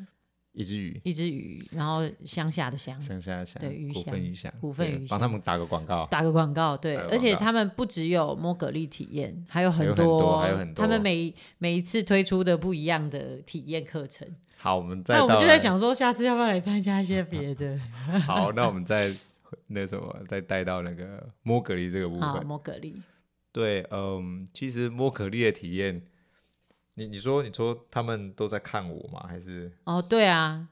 S1: 一只鱼。
S2: 一只鱼，然后乡下的乡，
S1: 乡下香，
S2: 对鱼
S1: 股
S2: 香
S1: 份鱼香，
S2: 股份
S1: 对
S2: 鱼
S1: 帮他们打个广告，
S2: 打个广告，对，
S1: 打个
S2: 而且
S1: 广告
S2: 他们不只有摸蛤蜊体验，还有
S1: 还有
S2: 很
S1: 很多
S2: 多，
S1: 还有很
S2: 他们
S1: 多
S2: 每每一次推出的不一样的体验课程，
S1: 好，我们再
S2: 那我们
S1: 到
S2: 就在
S1: 来
S2: 想说，下次要不要来参加一些别的？
S1: 好，那我们再那什么，再带到那个摸蛤蜊这个部
S2: 啊，
S1: 分。
S2: 摩格利，
S1: 对，嗯，其实摸蛤蜊的体验，你你说你说他们都在看我吗？还是
S2: 哦，对啊，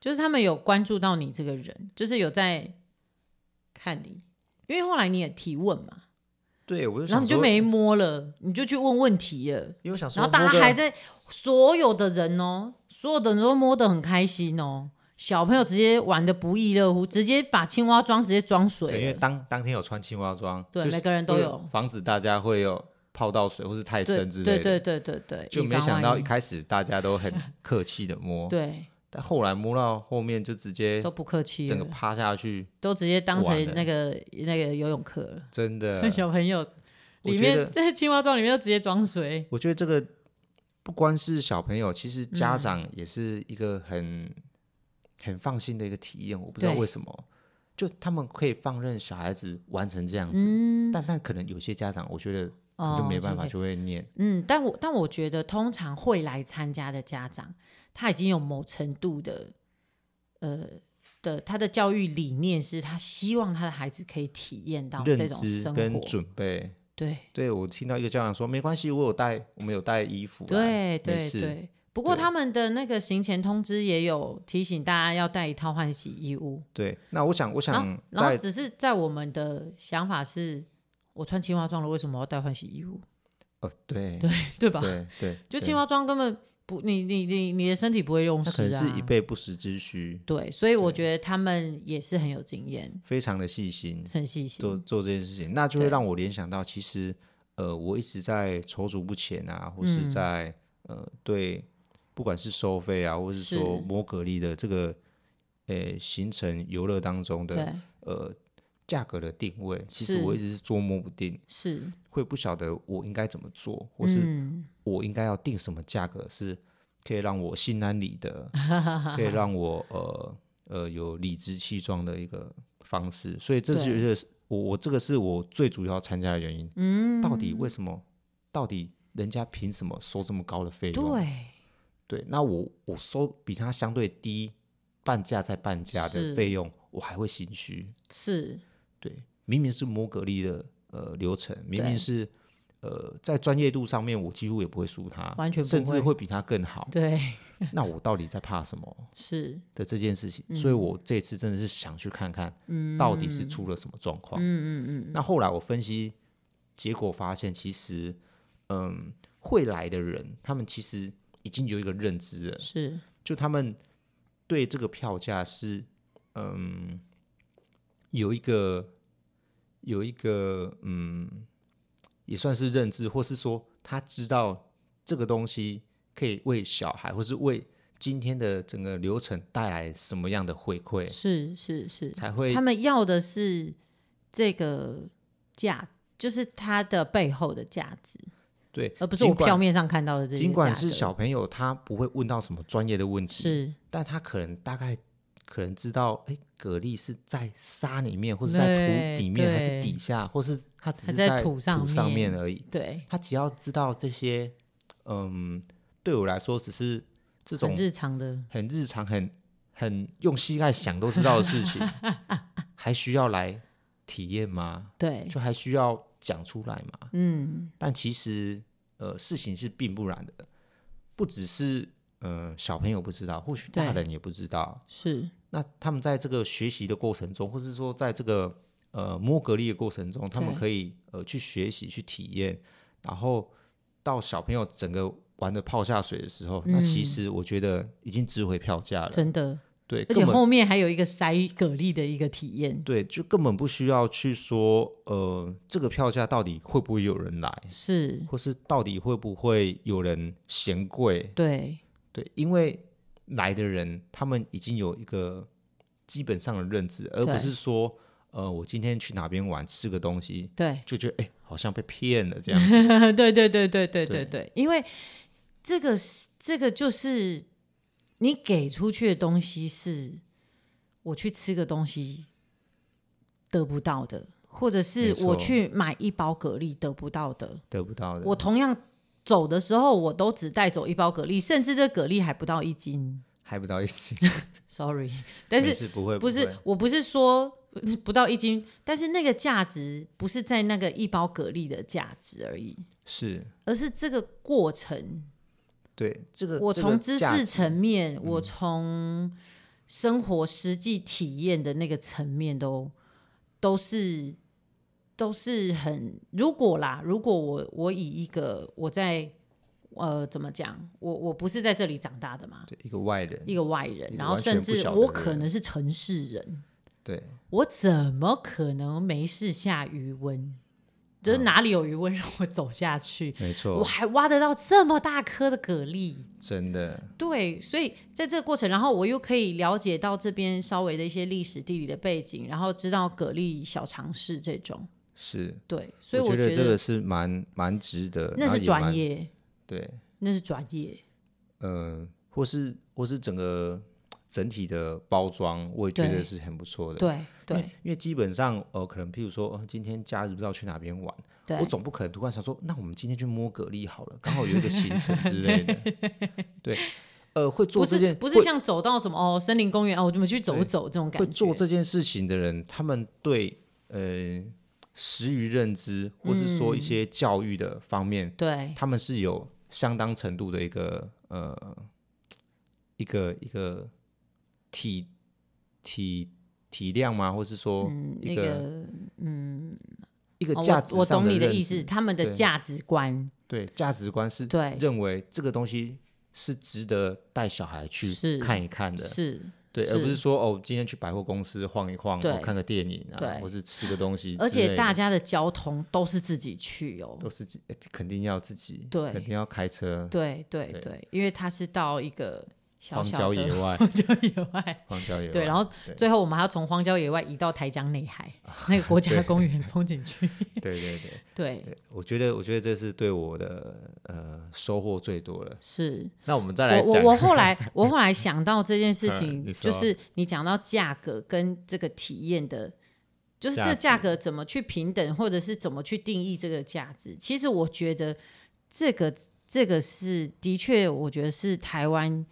S2: 就是他们有关注到你这个人，就是有在看你，因为后来你也提问嘛，
S1: 对我就
S2: 然后
S1: 想
S2: 你就
S1: 说
S2: 没摸了，你就去问问题了，
S1: 因为我想说
S2: 然
S1: 摸
S2: 后
S1: 个，
S2: 大家还在，所有的人哦，所有的人都摸得很开心哦，小朋友直接玩的不亦乐乎，直接把青蛙装直接
S1: 对，
S2: 装
S1: 因为
S2: 水了，
S1: 当当天有穿青蛙装，
S2: 欸对
S1: 就是
S2: 每个人都
S1: 为了
S2: 有
S1: 防止大家会有泡到水或是太
S2: 对
S1: 深之类
S2: 对
S1: 的。
S2: 对对对对，
S1: 就
S2: 以
S1: 没
S2: 防
S1: 想
S2: 万
S1: 到
S2: 一
S1: 一开始大家都 很客气的摸，
S2: 对
S1: 但后来摸到后面就直接
S2: 都不客气
S1: 整个
S2: 了，
S1: 趴下去，
S2: 都直接当
S1: 完了
S2: 成那个那个游泳课了。
S1: 真 的
S2: 那。小朋友
S1: 我
S2: 里
S1: 觉
S2: 面
S1: 得
S2: 在青蛙装里面都直接装水，
S1: 我觉得这个不光是小朋友，其实
S2: 嗯
S1: 家长也是一个很、很放心的一个体验。我不知道
S2: 对
S1: 为什么，就他们可以放任小孩子完成这样子，
S2: 嗯，
S1: 但但可能有些家长，我觉得可能
S2: 哦
S1: 就没办法，
S2: 就可以
S1: 就会念。
S2: 嗯，但我但我觉得通常会来参加的家长，他已经有某程度的，呃的他的教育理念是他希望他的孩子可以体验到这
S1: 认
S2: 种
S1: 知
S2: 生
S1: 跟
S2: 活，
S1: 准备。
S2: 对
S1: 对我听到一个家长说，没关系，我有带，我们有带衣服啦。
S2: 对对
S1: 事
S2: 对。不过
S1: 对
S2: 他们的那个行前通知也有提醒大家要带一套换洗衣物，
S1: 对，那我想，我
S2: 然后
S1: 想
S2: 然后
S1: 在
S2: 只是在我们的想法是，我穿青蛙装了，为什么我要带换洗衣物？
S1: 哦，对
S2: 对对吧？
S1: 对对，
S2: 就
S1: 对
S2: 青蛙装根本不，你你你你的身体不会用
S1: 那
S2: 湿
S1: 可能
S2: 啊
S1: 是。以备不时之需，
S2: 对，所以我觉得他们也是很有经验，
S1: 非常的细心
S2: 很细
S1: 做
S2: 心。
S1: 做这件事情，那就会
S2: 嗯对
S1: 让我联想到，其实呃，我一直在踌躇不前啊，或是
S2: 嗯
S1: 在、呃对，不管是收费啊，或是说
S2: 是
S1: 摩格力的这个呃行程游乐当中的
S2: 对，
S1: 呃价格的定位，其实
S2: 是
S1: 我一直是捉摸不定，
S2: 是，
S1: 会不晓得我应该怎么做，或是
S2: 嗯，
S1: 我应该要定什么价格是可以让我心安理 得，可以让我呃呃有理直气壮的一个方式。所以这
S2: 对
S1: 是就是我我这个是我最主要参加的原因。嗯，到底为什么？到底人家凭什么收这么高的费用？
S2: 对，
S1: 对那我我收比他相对低半价再半价的
S2: 是
S1: 费用，我还会心虚。
S2: 是，
S1: 对，明明是摸蛤蜊的呃流程，明明
S2: 对
S1: 是呃在专业度上面，我几乎也不会输他，
S2: 完全不
S1: 甚至
S2: 会
S1: 会比他更好。
S2: 对，嗯
S1: 那我到底在怕什么
S2: 是，
S1: 的这件事情？所以我这次真的是想去看看，到底是出了什么状况。
S2: 嗯嗯嗯嗯，
S1: 那后来我分析结果发现，其实嗯会来的人，他们其实已经有一个认知了，
S2: 是，
S1: 就他们对这个票价是嗯有一个有一个嗯也算是认知，或是说他知道这个东西可以为小孩或是为今天的整个流程带来什么样的回馈，
S2: 是是是，
S1: 才会
S2: 他们要的是这个价，就是它的背后的价值，
S1: 对，
S2: 而不是我
S1: 尽管
S2: 票。面上看到的这些
S1: 尽管
S2: 价
S1: 是
S2: 格
S1: 小朋友，他不会问到什么专业的问题，
S2: 是
S1: 但他可能大概可能知道，哎，蛤蜊是在沙里面，或者在土
S2: 对
S1: 里面，还是
S2: 对
S1: 底下，或是它只
S2: 还
S1: 是
S2: 在
S1: 在
S2: 土上
S1: 面
S2: 面
S1: 而已。
S2: 对，
S1: 他只要知道这些，嗯，对我来说只是这
S2: 很
S1: 种
S2: 日常的，
S1: 很日常、很很用膝盖想都知道的事 情，还需要来体验吗？
S2: 对，
S1: 就还需要讲出来吗？
S2: 嗯，
S1: 但其实呃，事情是并不然的，不只是呃小朋友不知道，或许大
S2: 对
S1: 人也不知道。
S2: 是，
S1: 那他们在这个学习的过程中，或是说在这个呃摸格力的过程中，他们
S2: 对
S1: 可以呃去学习、去体验，然后到小朋友整个玩的泡下水的时候，那其
S2: 嗯
S1: 实我觉得已经值回票价了。
S2: 真的，
S1: 对，
S2: 而且
S1: 根本
S2: 后面还有一个塞蛤蜊的一个体验，
S1: 对，就根本不需要去说呃这个票价到底会不会有人来，
S2: 是，
S1: 或是到底会不会有人嫌贵？
S2: 对，
S1: 对，因为来的人他们已经有一个基本上的认知，而不
S2: 对
S1: 是说，呃，我今天去哪边玩吃个东西，
S2: 对，
S1: 就觉得哎、好像被骗了这样子。
S2: 对对对对对
S1: 对
S2: 对对，因为这个是这个就是你给出去的东西是，我去吃个东西得不到的，或者
S1: 没
S2: 是
S1: 错
S2: 我去买一包蛤蜊得不到的，
S1: 得不到的，
S2: 我同样。走的时候，我都只带走一包蛤蜊，甚至这蛤蜊还不到一斤。
S1: 还不到一起，
S2: Sorry，但
S1: 没
S2: 是
S1: 事不会
S2: 不是
S1: 会
S2: 我不是说呃不到一斤，但是那个价值不是在那个一包蛤蜊的价值而已，
S1: 是
S2: 而是这个过程。
S1: 对这个
S2: 我
S1: 呃这个
S2: 从知
S1: 价值
S2: 识
S1: 嗯
S2: 层面，我从生活实际体验的那个层面都都是都是很，如果啦，如果我我以一个我在呃怎么讲，我我不是在这里长大的嘛，
S1: 对一个外人，
S2: 一个外人
S1: 一，个
S2: 然后
S1: 完全
S2: 甚
S1: 不
S2: 至
S1: 晓得
S2: 我
S1: 的
S2: 可
S1: 人
S2: 能是城市人，
S1: 对
S2: 我怎么可能没事下余温？就是
S1: 嗯
S2: 哪里有余温让我走下去？
S1: 没
S2: 我
S1: 错，
S2: 还挖得到这么大颗的蛤蜊？
S1: 真的
S2: 对，所以在这个过程，然后我又可以了解到这边稍微的一些历史地理的背景，然后知道蛤蜊小常识这种。
S1: 是。
S2: 对，所以
S1: 我
S2: 觉
S1: 得这个是蛮蛮值得，
S2: 那
S1: 然后
S2: 是
S1: 也
S2: 专
S1: 蛮，
S2: 业，
S1: 对，
S2: 那是专业。
S1: 嗯、或是或是整个整体的包装，我也觉
S2: 对
S1: 得是很不错的。
S2: 对
S1: 因为
S2: 对
S1: 因为基本上呃，可能譬如说，呃、今天假日不知道去哪边玩，我
S2: 对，
S1: 总不可能突然想说，那我们今天去摸蛤蜊好了，刚好有一个行程之类 的。对，呃，会做
S2: 不
S1: 这
S2: 是
S1: 件
S2: 不是
S1: 会
S2: 像走到什么哦森林公园哦，我们去走走这种感
S1: 会
S2: 觉。
S1: 做这件事情的人，他们对呃食鱼认知，或是说
S2: 嗯
S1: 一些教育的方面，
S2: 对
S1: 他们是有相当程度的一个呃一个一个体体体量吗？或是说
S2: 那
S1: 一个、
S2: 个嗯，
S1: 一个
S2: 哦
S1: 价值
S2: 我我
S1: 上
S2: 懂你的
S1: 认
S2: 意
S1: 知
S2: 思，他们的
S1: 对
S2: 价值观
S1: 对价值观是
S2: 对
S1: 认为这个东西是值得带小孩
S2: 是
S1: 去看一看的，
S2: 是
S1: 对，而不是说哦，今天去百货公司晃一晃，
S2: 对
S1: 哦、看个电影啊
S2: 对，
S1: 或是吃个东西之类的，
S2: 而且大家的交通都是自己去哦，
S1: 都是自呃肯定要自己，
S2: 对
S1: 肯定要开车，
S2: 对对
S1: 对
S2: 对，因为他是到一个小
S1: 荒
S2: 小
S1: 郊
S2: 的
S1: 野外，
S2: 荒郊野外，
S1: 荒郊野外，
S2: 对，然后
S1: 对
S2: 最后我们还要从荒郊野外移到台江内 海那个国家
S1: 对
S2: 公园风景区，
S1: 对对对。
S2: 对，
S1: 对，我觉得，我觉得这是对我的呃收获最多了。
S2: 是。
S1: 那我们再来
S2: 我我
S1: 讲，
S2: 我后来我后来想到 这件事情
S1: 嗯，你说
S2: 就是你讲到价格跟这个体验的，就是这
S1: 价
S2: 价
S1: 值
S2: 格怎么去平等，或者是怎么去定义这个价值。其实我觉得这个这个是的确，我觉得是台湾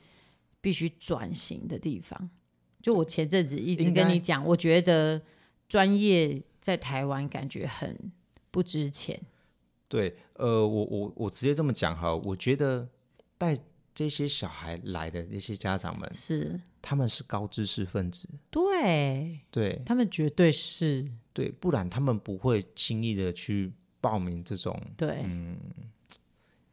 S2: 必须转型的地方。就我前阵子一直
S1: 应
S2: 跟
S1: 该
S2: 你讲，我觉得专业在台湾感觉很不值钱。
S1: 对，呃，我我我直接这么讲哈，我觉得带这些小孩来的那些家长们，
S2: 是
S1: 他们是高知识分子，
S2: 对
S1: 对
S2: 他们绝对是
S1: 对，不然他们不会轻易的去报名这种，
S2: 对、
S1: 嗯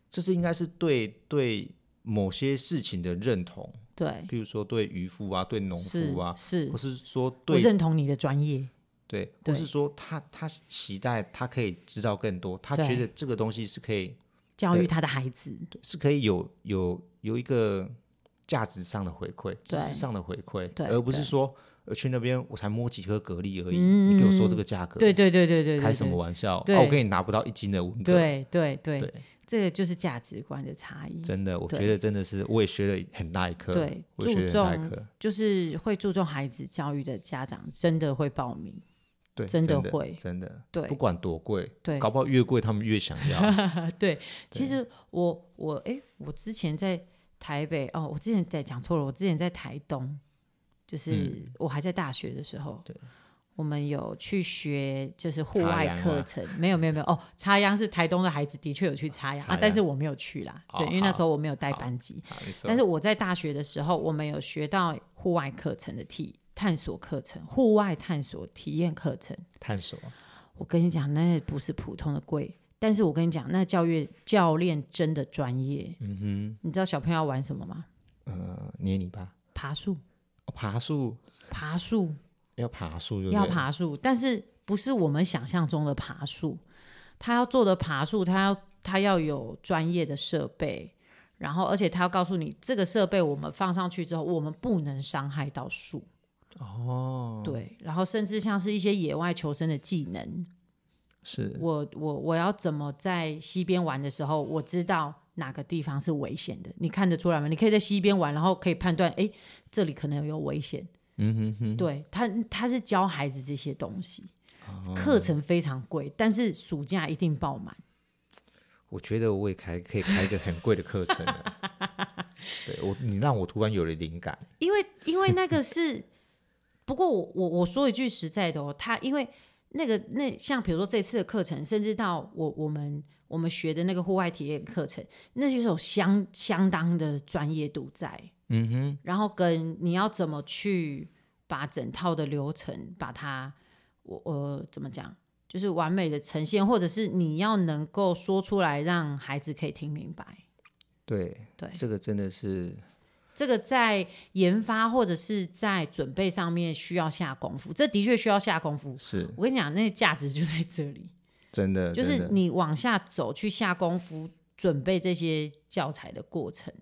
S1: 这是应该是对对某些事情的认同，
S2: 对。
S1: 譬如说对渔夫啊，对农
S2: 是
S1: 夫啊，
S2: 是
S1: 或，是说
S2: 我
S1: 对
S2: 认同你的专业，
S1: 对，
S2: 对
S1: 或是说他他是期待他可以知道更多，他
S2: 对
S1: 觉得这个东西是可以
S2: 教育
S1: 对
S2: 他的孩子，
S1: 是可以有有有一个价值上的回馈，知
S2: 对
S1: 识上的回馈，
S2: 对
S1: 而不是
S2: 对
S1: 说呃去那边我才摸几颗蛤蜊而已，
S2: 嗯
S1: 你给我说这个价格，
S2: 对对对对对，对
S1: 开什么？玩笑？
S2: 对
S1: 啊，我给你拿不到一斤的文蛤，
S2: 对对对对，
S1: 对，
S2: 这个就是价值观的差异，
S1: 真的，我
S2: 对
S1: 觉得真的是我也学了很大一课，
S2: 对
S1: 我也学了很大
S2: 注
S1: 一课，
S2: 就是会注重孩子教育的家长真的会报名，
S1: 对，
S2: 真
S1: 真
S2: 的会
S1: 真的，
S2: 对
S1: 不管多贵，
S2: 对
S1: 搞不好越贵他们越想要，
S2: 啊，对，其实我我哎，我之前在台北哦，我之前在讲错了，我之前在台东，就是我还在大学的时候，
S1: 嗯对
S2: 我们有去学就是户
S1: 插
S2: 外
S1: 秧啊
S2: 课
S1: 吗
S2: 程，没有没有没有哦，插秧是台东的孩子的确有去插秧
S1: 插
S2: 啊，但
S1: 秧
S2: 是我没有去啦，
S1: 哦
S2: 对，因为那
S1: 好
S2: 时候我没有带
S1: 好
S2: 班级，
S1: 好你说
S2: 但是我在大学的时候，我们有学到户外课程的体探索课程，户外探索体验课程。
S1: 探索
S2: 我跟你讲，那不是普通的贵，但是我跟你讲，那教育教练真的专业。嗯哼，你知道小朋友要玩什么吗？
S1: 呃捏泥巴，
S2: 爬树，
S1: 哦爬树
S2: 爬树
S1: 要爬树对不
S2: 要
S1: 对
S2: 爬树，但是不是我们想象中的爬树？他要做的爬树，他要他要有专业的设备，然后而且他要告诉你，这个设备我们放上去之后，我们不能伤害到树。
S1: 哦，
S2: 对，然后甚至像是一些野外求生的技能，
S1: 是
S2: 我我我要怎么在溪边玩的时候，我知道哪个地方是危险的，你看得出来吗？你可以在溪边玩，然后可以判断，哎，这里可能有危险。
S1: 嗯哼哼，
S2: 对他，他是教孩子这些东西，
S1: 哦
S2: 课程非常贵，但是暑假一定爆满。
S1: 我觉得我也开可以开一个很贵的课程了。 对我，你让我突然有了灵感。
S2: 因为因为那个是不过我我我说一句实在的哦，他因为那个那像比如说这次的课程，甚至到我我们我们学的那个户外体验课程，那就是有相相当的专业度在，
S1: 嗯哼，
S2: 然后跟你要怎么去把整套的流程把它，我我、怎么讲，就是完美的呈现，或者是你要能够说出来，让孩子可以听明白。
S1: 对
S2: 对
S1: 这个真的是
S2: 这个在研发或者是在准备上面需要下功夫，这的确需要下功夫。
S1: 是
S2: 我跟你讲，那价值就在这里，
S1: 真
S3: 呃
S1: 的，
S2: 就是
S1: 真的
S2: 你往下走去下功夫准备这些教材的过程，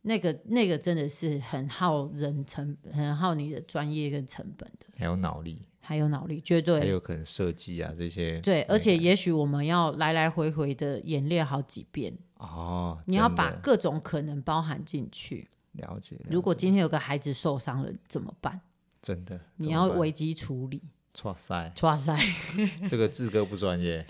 S2: 那个那个真的是很耗人成，很耗你的专业跟成本的，
S3: 还有脑力，
S2: 还有脑力，绝
S3: 还
S2: 对
S3: 有可能设计啊这些。
S2: 对。而且也许我们要来来回回的演练好几遍，
S3: 哦，
S2: 你要
S3: 真
S2: 把
S3: 的
S2: 各种可能包含进去。
S1: 了解，了
S2: 如果今天有个孩子受伤了怎么办？
S3: 真的
S2: 你要危机处理，
S3: 哇塞，
S2: 哇塞！
S3: 这个志哥不专 业，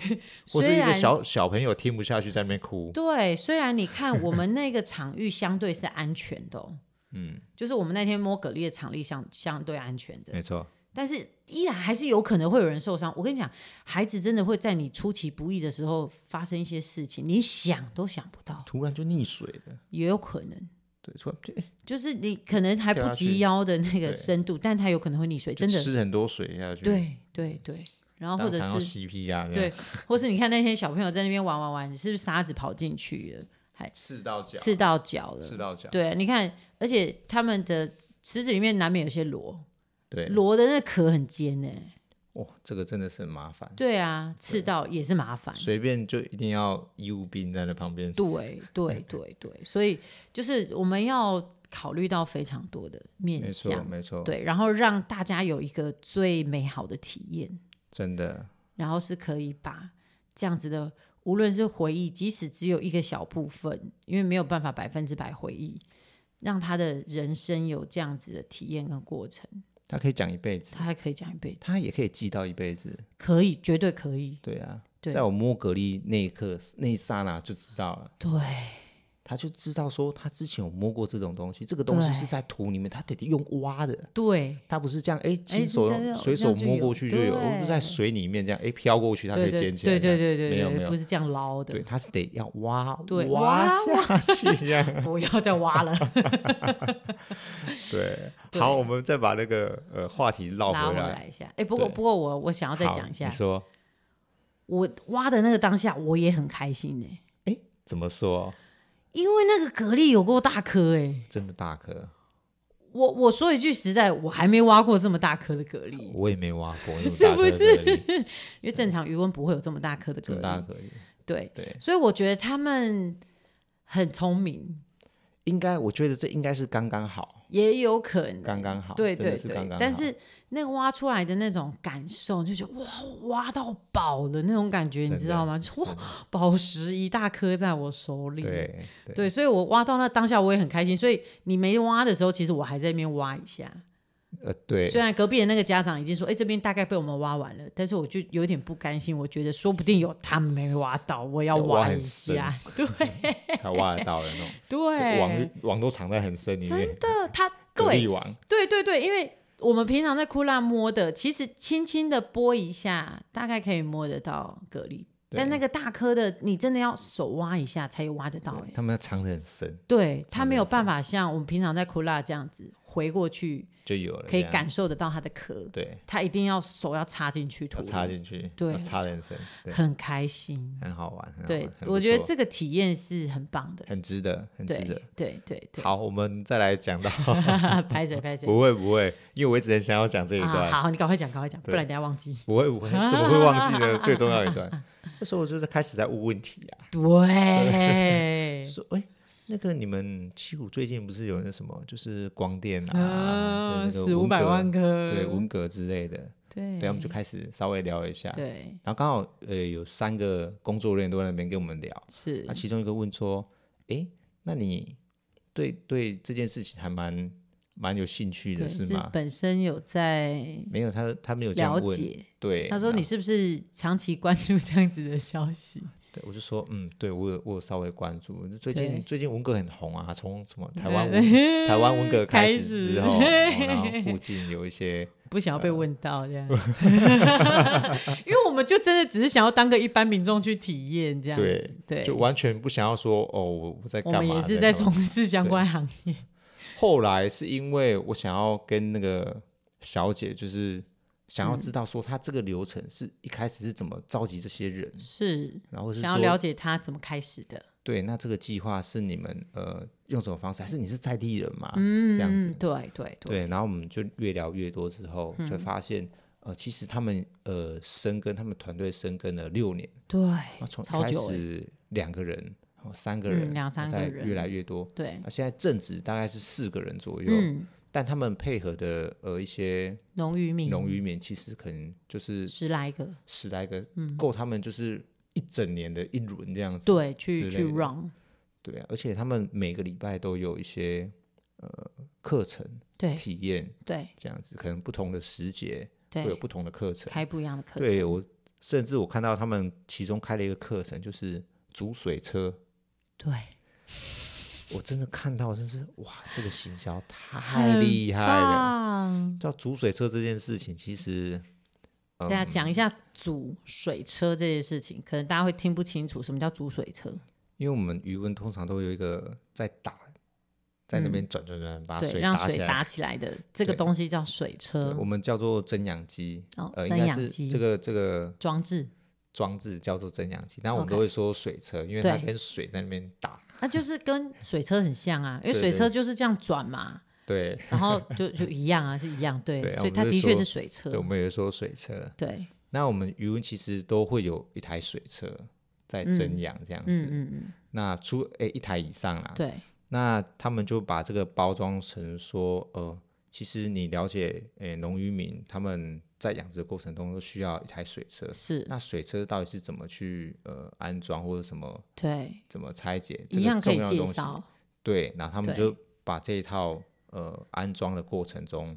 S3: 或是
S2: 虽
S3: 一个
S2: 然
S3: 小小朋友听不下去在那边哭，
S2: 对，虽然你看我们那个场域相对是安全的、哦，嗯，就是我们那天摸蛤蜊的场地相相对安全的，
S3: 没错，
S2: 但是依然还是有可能会有人受伤。我跟你讲，孩子真的会在你出其不意的时候发生一些事情，你想都想不到，
S1: 突然就溺水了，
S2: 也有可能。
S1: 对，突然
S3: 哎
S1: 就
S2: 就是你可能还
S3: 掉
S2: 不
S3: 下去
S2: 及腰的那个
S3: 对
S2: 深度，但他有可能会溺水，真的，
S3: 吃很多水下去，，
S2: 对对对。然后或
S3: 当
S2: 者
S3: 场要
S2: 是
S3: CP 啊，这样
S2: 对，或是你看那天小朋友在那边玩玩玩，是不是沙子跑进去了，还
S3: 刺到脚，
S2: 刺到脚了？
S3: 刺到脚，
S2: 对，你看，而且他们的池子里面难免有些螺，
S3: 对，
S2: 螺的那壳很尖呢、
S1: 哇，这个真的是很麻烦，
S2: 对啊，刺到也是麻烦。
S3: 随便就一定要医务兵在那旁边，
S2: 对对对对，所以就是我们要考虑到非常多的
S1: 没
S2: 面
S1: 错
S2: 向，
S1: 没错，
S2: 对，然后让大家有一个最美好的体验，
S1: 真的
S2: 然后是可以把这样子的。无论是回忆，即使只有一个小部分，因为没有办法百分之百回忆，让他的人生有这样子的体验跟过程，
S1: 他可以讲一辈子，
S2: 他还可以讲一辈子。
S1: 他也可以记到一辈子，
S2: 可以，绝对可以。
S1: 对啊，
S2: 对
S1: 在我摸蛤蜊那一刻那一刹那就知道了。
S2: 对
S1: 他就知道说，他之前有摸过这种东西，这个东西
S2: 对
S1: 是在土里面，他得用挖的，
S2: 对
S1: 他不是这样，哎，亲手
S2: 这样
S1: 随
S2: 这
S1: 手
S2: 样就
S1: 摸
S2: 有
S1: 过去就有，
S2: 对
S1: 而不是在水里面这样，哎，飘过去它可
S2: 对
S1: 以
S2: 对对
S1: 捡起来
S2: 对
S1: 这样，
S2: 对对
S1: 没有没
S2: 对，不
S1: 有，
S2: 是这样捞
S1: 对，
S2: 的，
S1: 他是得要挖
S2: 对
S1: 挖下去这样，
S2: 不要 再 挖了。
S3: 对，
S2: 对
S3: 好，我们再把那个呃话题绕
S2: 拉回
S3: 回
S2: 来一下，哎，不过
S3: 对
S2: 不过我我想要再
S3: 好
S2: 讲一下
S3: 你，说，
S2: 我挖的那个当下我也很开心呢、
S3: 哎，怎么说？
S2: 因为那个蛤蜊有够大颗哎、
S3: 这么大颗，
S2: 我我说一句实在，我还没挖过这么大颗的蛤蜊，因
S3: 我也没挖 过，那么
S2: 是
S3: 大
S2: 不
S3: 颗的蛤蜊
S2: 为正常余温不会有这么大颗的
S1: 这
S2: 蛤
S1: 么大
S2: 蜊。
S1: 可以。
S2: 对，
S1: 对，
S2: 所以我觉得他们很聪明，
S1: 应该我觉得这应该是刚刚好，
S2: 也有可能
S1: 刚刚好，
S2: 对
S1: 真的
S2: 对
S1: 是
S2: 对，
S1: 刚刚好。
S2: 但是那个挖出来的那种感受，你就觉得哇，挖到宝了那种感觉，你
S3: 真
S2: 知
S3: 的
S2: 道吗？就是哇，宝石一大颗在我手里。
S3: 对对
S2: 对所以我挖到那当下我也很开心。所以你没挖的时候，其实我还在那边挖一下。
S3: 呃对，
S2: 虽然隔壁的那个家长已经说，哎、这边大概被我们挖完了，但是我就有点不甘心，我觉得说不定有他们没挖到，我要
S3: 要挖
S2: 挖
S3: 很
S2: 一下。对
S3: 才挖得到的那 种，
S2: 对，
S3: 网网都藏在很深里面
S2: 真，的，他
S3: 蛤
S2: 对
S3: 蜊网，
S2: 对对对，因为我们平常在库拉摸的，其实轻轻的拨一下，大概可以摸得到蛤蜊。
S3: 对
S2: 但那个大颗的，你真的要手挖一下才挖得到、欸。
S3: 他们藏得很深
S2: 对，它
S3: 常
S2: 没有
S3: 常
S2: 办法像我们平常在库拉这样子回过去，
S3: 就有了，
S2: 可以
S3: 这样
S2: 感受得到它的壳。
S3: 对，
S2: 它一定要手要插进去土
S3: 要
S2: 里，
S3: 插进去，
S2: 对
S3: 要插得很深，对，
S2: 很开心。
S3: 很好玩，很好
S2: 对
S3: 玩，很不
S2: 我觉得
S3: 错
S2: 这个体验是很棒的。
S3: 很值得，很值
S2: 对
S3: 得。
S2: 对对对，
S3: 好，我们再来讲到，
S2: 拍谁拍谁
S3: 不会不会，因为我一直很想要讲这一
S2: 啊！
S3: 段，
S2: 好，你赶快讲，赶快讲，不
S3: 对
S2: 然等一下忘记。
S3: 不会不会，怎么会忘记呢？最重要一 段，那时候我就是开始在问问题啊，
S2: 对，
S3: 说哎。那个你们七股最近不是有那什么，就是光电啊，
S2: 啊，
S3: 对那个
S2: 四五
S3: 文
S2: 百
S3: 革
S2: 万颗，
S3: 对文革之类的，
S2: 对，
S3: 对，我们就开始稍微聊了一下。
S2: 对
S3: 然后刚好呃有三个工作人员都在那边跟我们聊，
S2: 是
S3: 那其中一个问说：“诶，那你对对这件事情还蛮蛮有兴趣
S2: 对
S3: 的是
S2: 是
S3: 吗
S2: 本身有在？”
S3: 没有，他他没有这样
S2: 了
S3: 问。
S2: 解，
S3: 对，
S2: 他说
S3: 然
S2: 你是不是长期关注这样子的消息？
S1: 对，我就说，嗯，对我有我有稍微关注，最近
S2: 对
S1: 最近文革很红啊，从什么台湾文台湾文革开
S2: 开
S1: 始
S2: 始
S1: 之后，哦然后 呃附近有一些，
S2: 不想要被问到这 样，因为我们就真的只是想要当个一般民众去体验这样，
S1: 对，
S2: 对，
S1: 就完全不想要说哦，我我在
S2: 我
S1: 干
S2: 们
S1: 嘛？
S2: 也是在
S1: 干
S2: 从
S1: 嘛
S2: 事相
S1: 对
S2: 关行业，
S1: 后来是因为我想要跟那个小姐，就是想
S2: 嗯
S1: 要知道说她这个流程是一开始是怎么召集这些人，
S2: 是
S1: 然后是
S2: 想要了
S1: 说
S2: 解他怎么开始的，
S1: 对，那这个计划是你们呃用什么方式，还是你是在地人嘛？
S2: 嗯，
S1: 这样子
S2: 对对对，嗯
S1: 对，然后我们就越聊越多之后，就发现。呃，其实他们呃深耕，他们团队深耕了六年，啊，
S2: 对，
S1: 从一
S2: 超
S1: 开
S2: 久欸
S1: 始两个人，然后三个
S2: 嗯
S1: 人，
S2: 两三个
S1: 再
S2: 人
S1: 越来越多，
S2: 对，
S1: 那现在正值大概是四个人左右，
S2: 嗯，
S1: 但他们配合的呃一些
S2: 农渔民
S1: 农渔民，其实可能就是
S2: 十来个，
S1: 十来个，
S2: 嗯
S1: 够他们就是一整年的一轮这样子。
S2: 对，
S1: 之
S2: 去去
S1: 类的
S2: run，
S1: 对啊，而且他们每个礼拜都有一些呃课程
S2: 对
S1: 体验
S2: 对
S1: 这样子，可能不同的时节会有
S2: 对，
S1: 不同的课程。
S2: 开不一样的课
S1: 对
S2: 程，
S1: 我，甚至我看到他们其中开了一个课程，就是煮水车。
S2: 对，
S1: 我真的看到，真是哇，这个行销太厉害了。
S2: 了。
S1: 叫煮水车这件事情，其实
S2: 大家啊
S1: 嗯
S2: 讲一下煮水车这件事情，可能大家会听不清楚什么叫煮水车。
S1: 因为我们余温通常都有一个在打，在那边转转转，把
S2: 嗯对，
S1: 水
S2: 让
S1: 打起
S2: 水
S1: 来。
S2: 打起来的这个
S1: 对
S2: 东西叫水
S1: 对
S2: 车
S1: 我们叫做蒸氧机，
S2: 哦
S1: 呃，应
S2: 蒸
S1: 该
S2: 氧
S1: 是
S2: 机
S1: 这个这个
S2: 装置，
S1: 装置叫做蒸氧机，但我们
S2: OK
S1: 都会说水车，因为它
S2: 对
S1: 跟水在那边打。
S2: 它就是跟水车很像啊，因为
S1: 对
S2: 水
S1: 对
S2: 车就是这样转嘛，
S1: 对，
S2: 然后就就一样啊，是一样，对，
S1: 对啊
S2: 所以
S1: 我们
S2: 它
S1: 就
S2: 的确
S1: 说
S2: 是水车
S1: 对，我，们也说水车。
S2: 对，
S1: 那我们余温其实都会有一台水车在蒸氧这样
S2: 嗯
S1: 子，
S2: 嗯嗯，
S1: 那出诶一台以上啦。
S2: 对，
S1: 那他们就把这个包装成说，呃，其实你了解，诶、农渔民他们在养殖的过程中都需要一台水车。
S2: 是，
S1: 那水车到底是怎么去呃安装或者什么
S2: 对，
S1: 怎么拆解这
S2: 一样
S1: 个
S2: 可
S1: 重
S2: 以
S1: 要的
S2: 介
S1: 东西？
S2: 绍，
S1: 对，然后他们
S2: 对
S1: 就把这一套呃安装的过程中，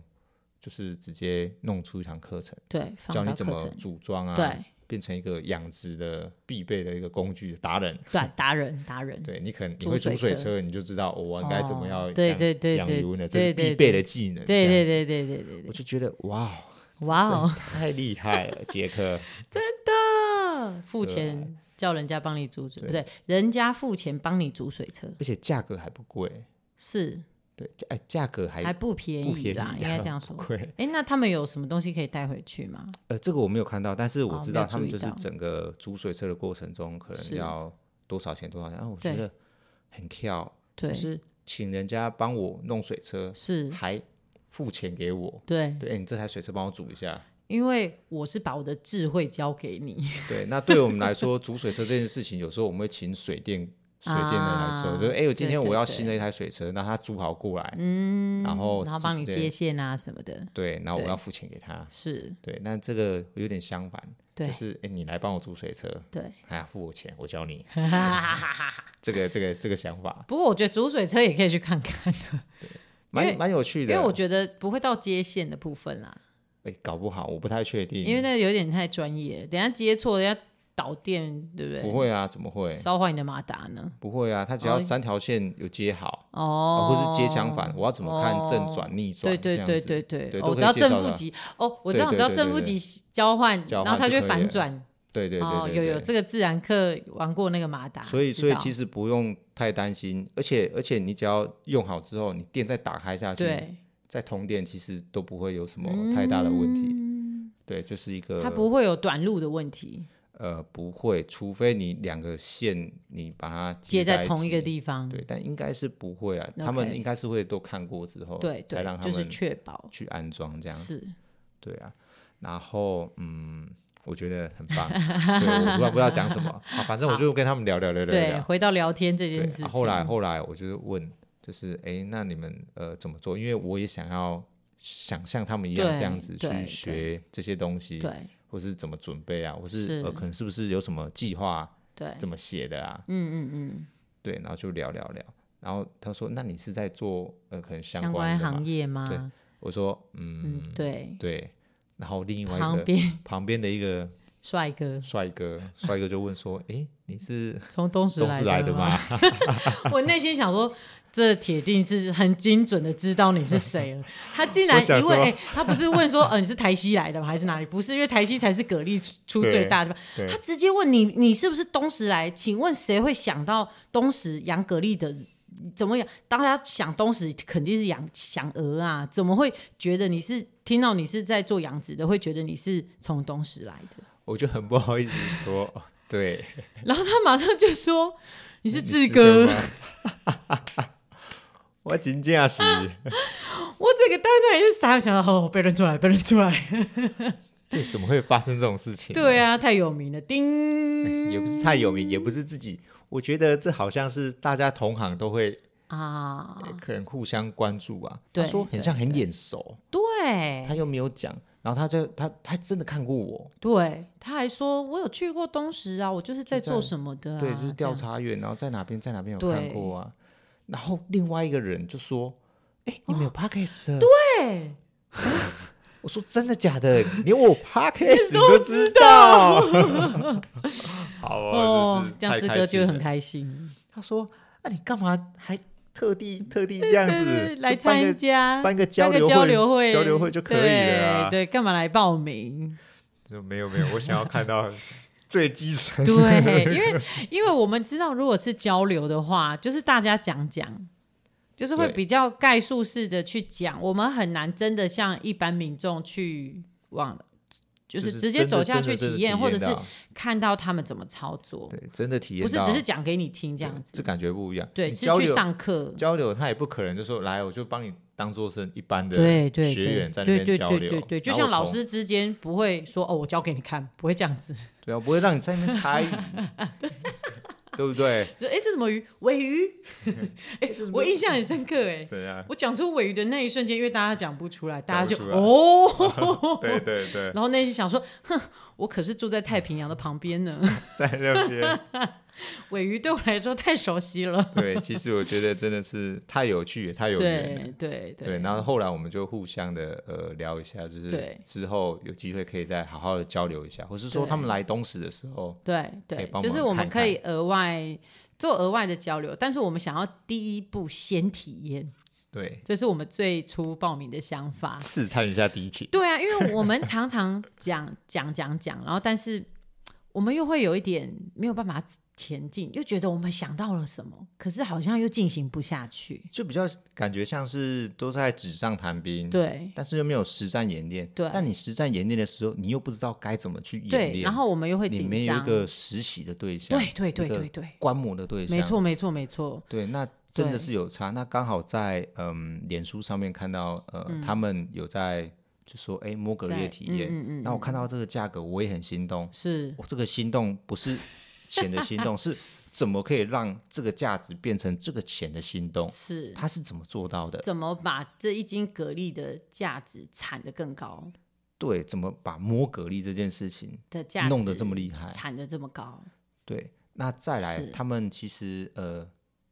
S1: 就是直接弄出一堂课程，
S2: 对，
S1: 教
S2: 放
S1: 你
S2: 到
S1: 怎
S2: 课
S1: 么
S2: 程，
S1: 组装啊，
S2: 对，
S1: 变成一个养殖的必备的一个工具达人。
S2: 对，达人达人，
S1: 对你可能你
S2: 煮
S1: 会煮
S2: 嗯
S1: 水
S2: 水车
S1: 车，你就知道、哦我应该怎么
S2: 哦
S1: 样养、
S2: 对对对
S1: 养
S2: 对
S1: 鱼呢，这
S2: 对
S1: 是
S2: 对
S1: 必备
S2: 对
S1: 的技能。
S2: 对
S1: 这
S2: 对
S1: 样
S2: 对对对 对
S1: 我就觉得哇，
S2: 对，哇哦，
S1: 太厉害了，杰克。
S2: 啊 付钱叫人家帮你煮水，不对，人家付钱帮你煮水车，
S1: 而且价格还不贵，
S2: 是
S1: 对，价哎价格还
S2: 还不便
S1: 不
S2: 宜
S1: 便宜
S2: 啦
S1: 啊，
S2: 应该这样 说
S1: 不。贵。
S2: 哎，那他们有什么东西可以带回去吗？
S1: 呃，这个我没有看到，但是
S2: 哦
S1: 我知
S2: 没有
S1: 道他们
S2: 注
S1: 就
S2: 意
S1: 是
S2: 到
S1: 整个煮水车的过程中，可能
S2: 是
S1: 要多少钱多少钱。啊，我觉
S2: 对
S1: 得很跳，
S2: 对
S1: 就，是请人家帮我弄水车，
S2: 是，
S1: 还付钱给我。
S2: 对，
S1: 对，哎你这台水车帮我煮一下。
S2: 因为我是把我的智慧交给你，
S1: 对，那对我们来说，煮水车这件事情，有时候我们会请水电水电的来做，
S2: 啊
S1: 就是哎，我今
S2: 对
S1: 天
S2: 对
S1: 我要
S2: 对
S1: 新的一台水车，那他租好过来，
S2: 嗯，
S1: 然后
S2: 然后帮你
S1: 之类的
S2: 接线啊什么的，
S1: 对，然后我
S2: 对
S1: 要付钱给他，
S2: 是，
S1: 对，那这个有点相反，
S2: 对
S1: 就是哎，你来帮我租水车，
S2: 对。
S1: 哎呀，付我钱，我教 你，这个这个这个想法
S2: 不过我觉得煮水车也可以去看看的，因
S1: 蛮
S2: 为
S1: 蛮有趣
S2: 因
S1: 的，
S2: 为我觉得不会到接线的部分啦，
S1: 哎，搞不好我不太确定，
S2: 因为那个有点太专业，等一下接错，人家导电，对不对？
S1: 不会啊，怎么会？
S2: 烧坏你的马达呢？
S1: 不会啊，他只要
S2: 哦
S1: 三条线有接好，
S2: 哦，
S1: 或是接相反，我要怎么看正转逆转？
S2: 对对
S1: 这样
S2: 对
S1: 子
S2: 对对，
S1: 对
S2: 哦，
S1: 都
S2: 只
S1: 可以
S2: 要
S1: 介
S2: 正
S1: 绍
S2: 负
S1: 的
S2: 极，哦，我知
S1: 对
S2: 道，
S1: 对
S2: 只要
S1: 对
S2: 正
S1: 对
S2: 负
S1: 对
S2: 极交换，
S1: 交
S2: 然后
S1: 换
S2: 它
S1: 就
S2: 就会
S1: 可以
S2: 反
S1: 了
S2: 转。
S1: 对对对
S2: 哦，
S1: 对
S2: 有
S1: 对
S2: 有，这个自然课玩过那个马达，
S1: 所以
S2: 知
S1: 所以
S2: 道
S1: 其实不用太担心，而且而且你只要用好之后，你电再打开下去，
S2: 对
S1: 再通电，其实都不会有什么太大的问题。
S2: 嗯
S1: 对，就是一个
S2: 它不会有短路的问题，
S1: 呃不会，除非你两个线你把它
S2: 接
S1: 在
S2: 在同一个
S1: 起
S2: 地方，
S1: 对，但应该是不会啊，他们
S2: OK
S1: 应该是会都看过之后，
S2: 对
S1: 哦才让
S2: 对，
S1: 他
S2: 就是
S1: 们
S2: 确保
S1: 去安装这样子。
S2: 是
S1: 对啊，然后嗯，我觉得很 棒。对，我突然不知道讲什么，啊、反正我就跟他们聊聊聊聊
S2: 对。
S1: 聊。
S2: 回到聊天这
S1: 对，
S2: 件事情，
S1: 啊后来后来我就是问，就是哎，那你们呃怎么做？因为我也想要想像他们一样
S2: 对
S1: 这样子去
S2: 对对
S1: 学这些东西，
S2: 对
S1: 或是怎么准备啊，或
S2: 是
S1: 是呃可能是不是有什么计划
S2: 对，
S1: 怎么写的啊？
S2: 嗯嗯嗯，
S1: 对，然后就聊聊聊。然后他说：“那你是在做呃可能
S2: 相
S1: 关
S2: 关
S1: 的嘛
S2: 行？”业吗？
S1: 对我说：“嗯，
S2: 嗯，对，
S1: 对。”然后另外一
S2: 旁
S1: 个
S2: 边
S1: 旁边的一个
S2: 帅哥
S1: 帅哥，帅哥就问说：“哎、你是
S2: 从东石
S1: 东
S2: 来
S1: 市来的
S2: 吗？
S1: 吗？
S2: 我内心想说，这铁定是很精准的知道你是谁 了。他竟然
S1: 我想
S2: 一问，
S1: 说
S2: 哎、他不是问说，呃，你是台西来的吗？还是哪里？不是，因为台西才是蛤蜊出出
S1: 对
S2: 最大的吧。
S1: 对
S2: 他直接问你，你是不是东石来？请问谁会想到东石养蛤蜊的？怎么养？当他想东石，肯定是养想鹅啊，怎么会觉得你是听到你是在做养殖的，会觉得你是从东石来的？
S1: 我就很不好意思说，哦对，
S2: 然后他马上就说你是
S1: 你
S2: 志哥。
S1: 吗？ 我真正是，
S2: 我整个当场也是傻，想到哦，被认出来，被认 出来。
S1: 对，怎么会发生这种事情？
S2: 对啊，太有名了，叮
S1: 也不是太哎有名，也不是自己。我觉得这好像是大家同行都会，呃
S2: 啊，
S1: 可能互相关注啊。
S2: 对
S1: 他说很像很眼熟，
S2: 对
S1: 他又没有讲，然后他就他他真的看过我，
S2: 对，他还说我有去过东石啊，我就是在
S1: 就
S2: 做
S1: 在
S2: 什么的啊，
S1: 对，就是调
S2: 这样
S1: 查员，然后在哪边在哪边有
S2: 对
S1: 看过啊。然后另外一个人就说：“哎，你们
S2: 哦
S1: 有 podcast？” 对，
S2: 对，
S1: 我说：“真的假 的？连我 podcast 你都知
S2: 道
S1: 道？” 好哦，真
S2: 哦
S1: 是，
S2: 这样
S1: 太
S2: 志
S1: 开
S2: 哥
S1: 心
S2: 就
S1: 了
S2: 很开心，
S1: 他说：“那、你干嘛还特 地特地这样
S2: 对对
S1: 子
S2: 对来
S1: 就办
S2: 参
S1: 个
S2: 加
S1: 办个交
S2: 个
S1: 流
S2: 交
S1: 会
S2: 流会，
S1: 交流会就可以了啊
S2: 对，对干嘛来报名？
S1: 就没有没有，我想要看到最基 层的。
S2: 对，因为因为我们知道，如果是交流的话，就是大家讲讲，就是会
S1: 对
S2: 比较概述式的去讲，我们很难真的像一般民众去往，就
S1: 就是是
S2: 直接
S1: 真的
S2: 走下
S1: 真
S2: 去
S1: 的真的
S2: 体验，
S1: 体
S2: 或者
S1: 验
S2: 是
S1: 到
S2: 看到他们怎么操作，
S1: 对，真的体验
S2: 不是
S1: 到
S2: 只是讲给你听这样
S1: 这
S2: 子。
S1: 感觉不一样。
S2: 对，
S1: 你
S2: 是
S1: 交
S2: 去
S1: 流
S2: 上课。
S1: 交流，他也不可能就说来，我就帮你当做是一般的
S2: 对对
S1: 学
S2: 对
S1: 员在
S2: 对
S1: 那
S2: 对
S1: 边
S2: 对
S1: 交
S2: 对
S1: 流，
S2: 对对，就
S1: 然后
S2: 像
S1: 我
S2: 老
S1: 从
S2: 师之间不会说哦，我教给你看，不会这样子。
S1: 对啊，不会让你在那边 猜，对不对？
S2: 就哎，诶这什么鱼？ 尾鱼？哎，我印象很深刻哎。
S1: 怎样？
S2: 我讲出尾鱼的那一瞬间，因为大家讲不出来，大家就
S1: 讲不出来
S2: 哦，
S1: 对对对，
S2: 然后内心想说，哼，我可是住在太平洋的旁边呢，
S1: 在那边。
S2: 尾鱼对我来说太熟悉了。
S1: 对，其实我觉得真的是太有趣，也太有缘了。
S2: 对对
S1: 对，然后后来我们就互相的呃聊一下，就是
S2: 对
S1: 之后有机会可以再好好的交流一下，或是说
S2: 对
S1: 他们来东石的时候，
S2: 对
S1: 可以
S2: 对，
S1: 帮
S2: 就是
S1: 忙
S2: 我们
S1: 看
S2: 可以额外做额外的交流，但是我们想要第一步先体验，
S1: 对，
S2: 这是我们最初报名的想法。
S1: 试探一下敌情。
S2: 对啊，因为我们常常讲讲讲讲，然后但是我们又会有一点没有办法前进，又觉得我们想到了什么，可是好像又进行不下去。
S1: 就比较感觉像是都在纸上谈兵，，
S2: 对
S1: 但是又没有实战演练，
S2: 对
S1: 但你实战演练的时候，你又不知道该怎么去演练，
S2: 对，然后我们又会
S1: 你
S2: 紧
S1: 没有一
S2: 张。
S1: 个实习的对象，
S2: 对对对
S1: 一个
S2: 对对，
S1: 观摩的对象，
S2: 没错没错没错。
S1: 对，那真
S2: 对
S1: 的是有差。那刚好在嗯，脸书上面看到呃，他们有在就说，哎，摸格
S2: 嗯在
S1: 列体验。
S2: 嗯嗯嗯
S1: 那我看到这个价格，我也很心动。
S2: 是
S1: 我、这个心动不 是钱的心动，是怎么可以让这个价值变成这个钱的心动？
S2: 是，
S1: 他是怎么做到的？
S2: 怎么把这一斤蛤蜊的价值产得更高
S1: 对，怎么把摸格力这件事情
S2: 的价值
S1: 弄得这么厉害？
S2: 产得这么高？
S1: 对，那再来
S2: 是，
S1: 他们其实呃，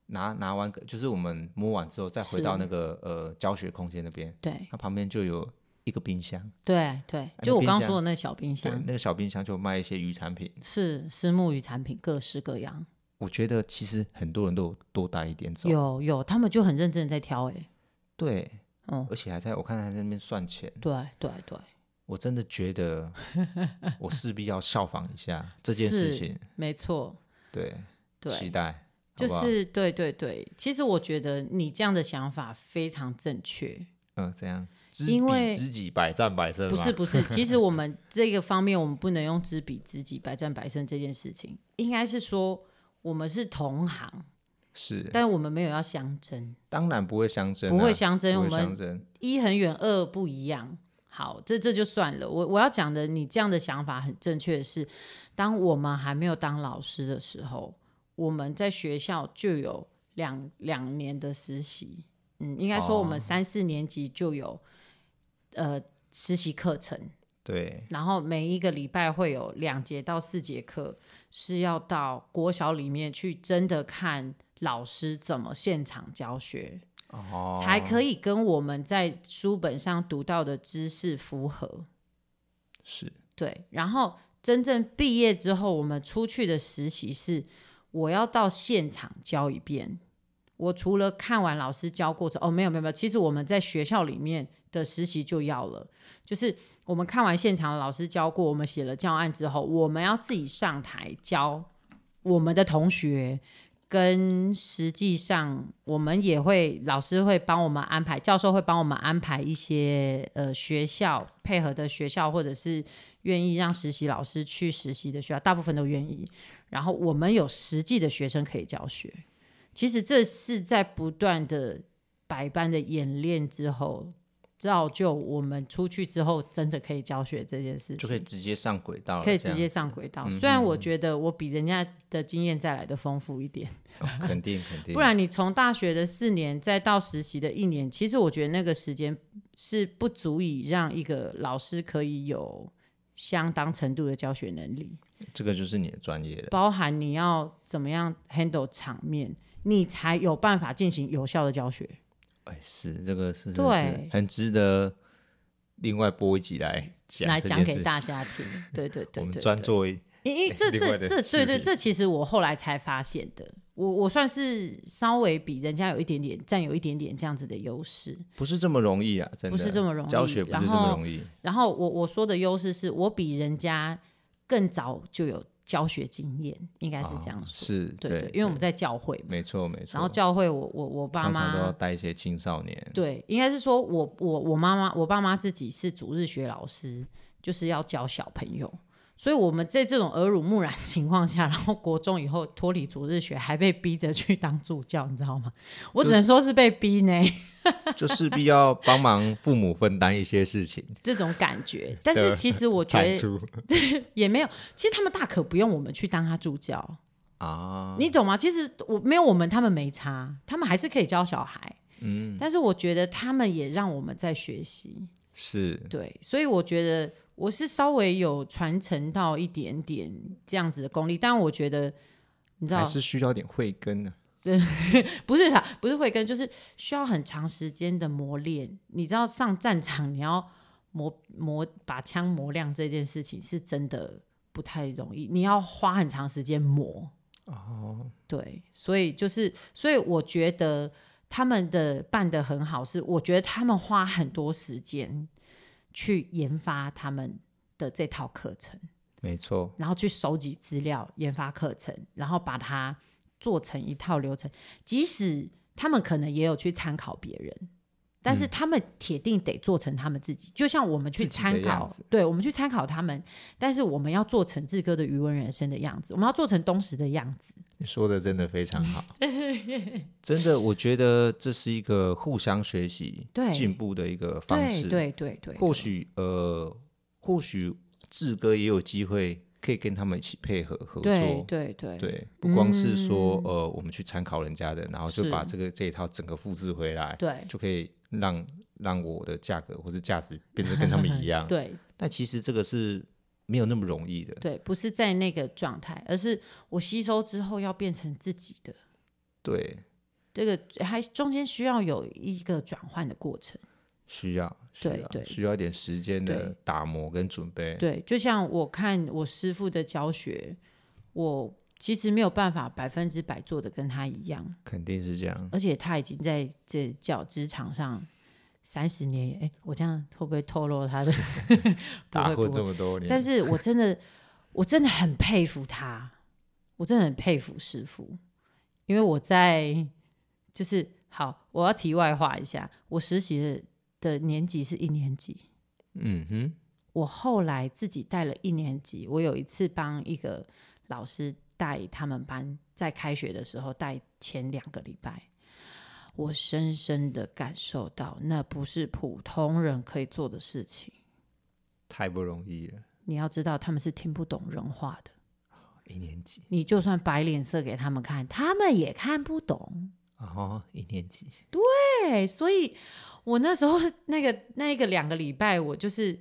S1: 拿拿完格就是我们摸完之后，再回到
S2: 是
S1: 那个呃教学空间那边，
S2: 对
S1: 它旁边就有一个冰箱，
S2: 对对，
S1: 啊那
S2: 就我
S1: 冰
S2: 刚
S1: 箱
S2: 说的那小
S1: 对，
S2: 冰箱，
S1: 那个小冰箱就有卖一些鱼产品。
S2: 是是木鱼产品，各式各样。
S1: 我觉得其实很多人都有多带一点走，
S2: 有有，他们就很认真的在挑哎、欸。
S1: 对，
S2: 哦，
S1: 而且还在我看还在那边算钱，
S2: 对对对，
S1: 我真的觉 得我势必要效仿一下这件事
S2: 是
S1: 情，
S2: 没错，
S1: 对，期
S2: 对，
S1: 待，
S2: 就
S1: 好不好
S2: 是对对对。其实我觉得你这样的想法非常正确，
S1: 嗯，这样，知
S2: 因为
S1: 彼知己，百战百胜啊
S2: 不
S1: 嘛，
S2: 是不是。其实我们这个方面，我们不能用知彼知己、百战百胜这件事情，应该是说我们是同行，
S1: 是，
S2: 但我们没有要相争，
S1: 当然不会相争、啊，
S2: 不会相
S1: 不
S2: 争，我
S1: 会相
S2: 们
S1: 争，
S2: 一很远，二不一样。好，这这就算了。我我要讲的，你这样的想法很正确的是，当我们还没有当老师的时候，我们在学校就有两两年的实习。嗯，应该说我们
S1: 哦
S2: 三四年级就有、呃实习课程，
S1: 对，
S2: 然后每一个礼拜会有两节到四节课是要到国小里面去真的看老师怎么现场教学。
S1: 哦，
S2: 才可以跟我们在书本上读到的知识符合。
S1: 是
S2: 对，然后真正毕业之后，我们出去的实习是，我要到现场教一遍。我除了看完老师教过程，哦，没有没有没有，其实我们在学校里面的实习就要了，就是我们看完现场老师教过，我们写了教案之后，我们要自己上台教我们的同学，跟实际上我们也会老师会帮我们安排，教授会帮我们安排一些呃学校配合的学校，或者是愿意让实习老师去实习的学校，大部分都愿意。然后我们有实际的学生可以教学，其实这是在不断的百般的演练之后。造就我们出去之后真的可以教学这件事情，
S1: 就可以直接上轨道了，
S2: 可以
S1: 这
S2: 直
S1: 样嗯
S2: 接上轨道。虽然我觉得我比人家的经验再来的丰富一点，
S1: 哦肯定肯定，
S2: 不然你从大学的四年再到实习的一年，其实我觉得那个时间是不足以让一个老师可以有相当程度的教学能力，
S1: 这个就是你的专业了。
S2: 包含你要怎么样 handle 场面，你才有办法进行有效的教学。
S1: 哎，是这个是，真的是
S2: 对
S1: 很值得另外播一集来讲
S2: 来
S1: 这
S2: 讲
S1: 件
S2: 给
S1: 事
S2: 大家听，对对对
S3: 我
S2: 对
S3: 们
S2: 对
S3: 专做一
S2: 因因为
S3: 哎
S2: 这
S3: 另外
S2: 这
S3: 的
S2: 这
S3: 视
S2: 对对，
S3: 频
S2: 这其实我后来才发现的。我我算是稍微比人家有一点点占有一点点这样子的优势。
S1: 不是这么容易啊，真的
S2: 不是这么容易
S1: 教学不是这么容易，
S2: 然后我我说的优势是我比人家更早就有教学经验，应该是这样
S1: 啊
S2: 说。
S1: 是
S2: 对
S1: 对，
S2: 因为我们在教会嘛，
S1: 没错没错，
S2: 然后教会我我我爸
S1: 常
S2: 妈
S1: 常都要带一些青少年，
S2: 对，应该是说我我我妈妈我爸妈自己是主日学老师，就是要教小朋友，所以我们在这种耳濡目染情况下，然后国中以后脱离主日学，还被逼着去当助教，你知道吗？我只能说是被逼呢，
S1: 就势必要帮忙父母分担一些事情，
S2: 这种感觉。但是其实我 觉
S3: 产
S2: 得
S3: 出，
S2: 也没有，其实他们大可不用我们去当他助教，
S1: 啊，
S2: 你懂吗？其实我没有我们，他们没差，他们还是可以教小孩。
S1: 嗯，
S2: 但是我觉得他们也让我们在学习，
S1: 是
S2: 对，所以我觉得我是稍微有传承到一点点这样子的功力，但我觉得你知道
S1: 还，是需要点慧根呢、
S2: 不是啦，不是慧根，就是需要很长时间的磨练。你知道，上战场你要磨磨把枪磨亮这件事情是真的不太容易，你要花很长时间磨。
S1: 哦，
S2: 对，所以就是，所以我觉得他们的办得很好，是我觉得他们花很多时间去研发他们的这套课程，
S1: 没错，
S2: 然后去收集资料、研发课程，然后把它做成一套流程。即使他们可能也有去参考别人，但是他们铁定得做成他们自己。就像我们
S1: 嗯
S2: 去
S1: 自己的
S2: 参考
S1: 样子，
S2: 对我们去参考他们，但是我们要做成志哥的余文人生的样子，我们要做成东石的样子。
S3: 你说的真的非常 好。
S1: 真的，我觉得这是一个互相学习、
S2: 对
S1: 进步的一个方
S2: 对
S1: 式。
S2: 对对对，
S1: 或许呃，或许志哥也有机会可以跟他们一起配合合作。
S2: 对对对
S1: 对不光是说、
S2: 嗯
S1: 呃，我们去参考人家的，然后就是把这个这一套整个复制回来，
S2: 对
S1: 就可以让让我的价格或是价值变得跟他 们一样。
S2: 对
S1: 但其实这个是没有那么容易的。
S2: 对，不是在那个状态，而是我吸收之后要变成自己的，
S1: 对，
S2: 这个还中间需要有一个转换的过程。
S1: 需要需
S2: 对
S1: 要
S2: 对
S1: 需要一点时间的
S2: 对
S1: 打磨跟准备。
S2: 对，就像我看我师傅的教学，我其实没有办法百分之百做的跟他一样，
S1: 肯定是这样。
S2: 而且他已经在这教职场上三十年也，哎，我这样会不会透露他的？不
S3: 打
S2: 会不
S3: 混
S2: 会
S3: 这。么多年，
S2: 但是我真的，我真的很佩服他，我真的很佩服师傅，因为我在就是好，我要题外话一下，我实习的的年级是一年级，
S1: 嗯哼，
S2: 我后来自己带了一年级，我有一次帮一个老师带他们班，在开学的时候带前两个礼拜，我深深的感受到那不是普通人可以做的事情。
S1: 太不容易了。
S2: 你要知道，他们是听不懂人话的。
S1: 一年级
S2: 你就算摆脸色给他们看，他们也看不懂。
S1: 哦，一年级
S2: 对，所以我那时候那个那一个两个礼拜，我就是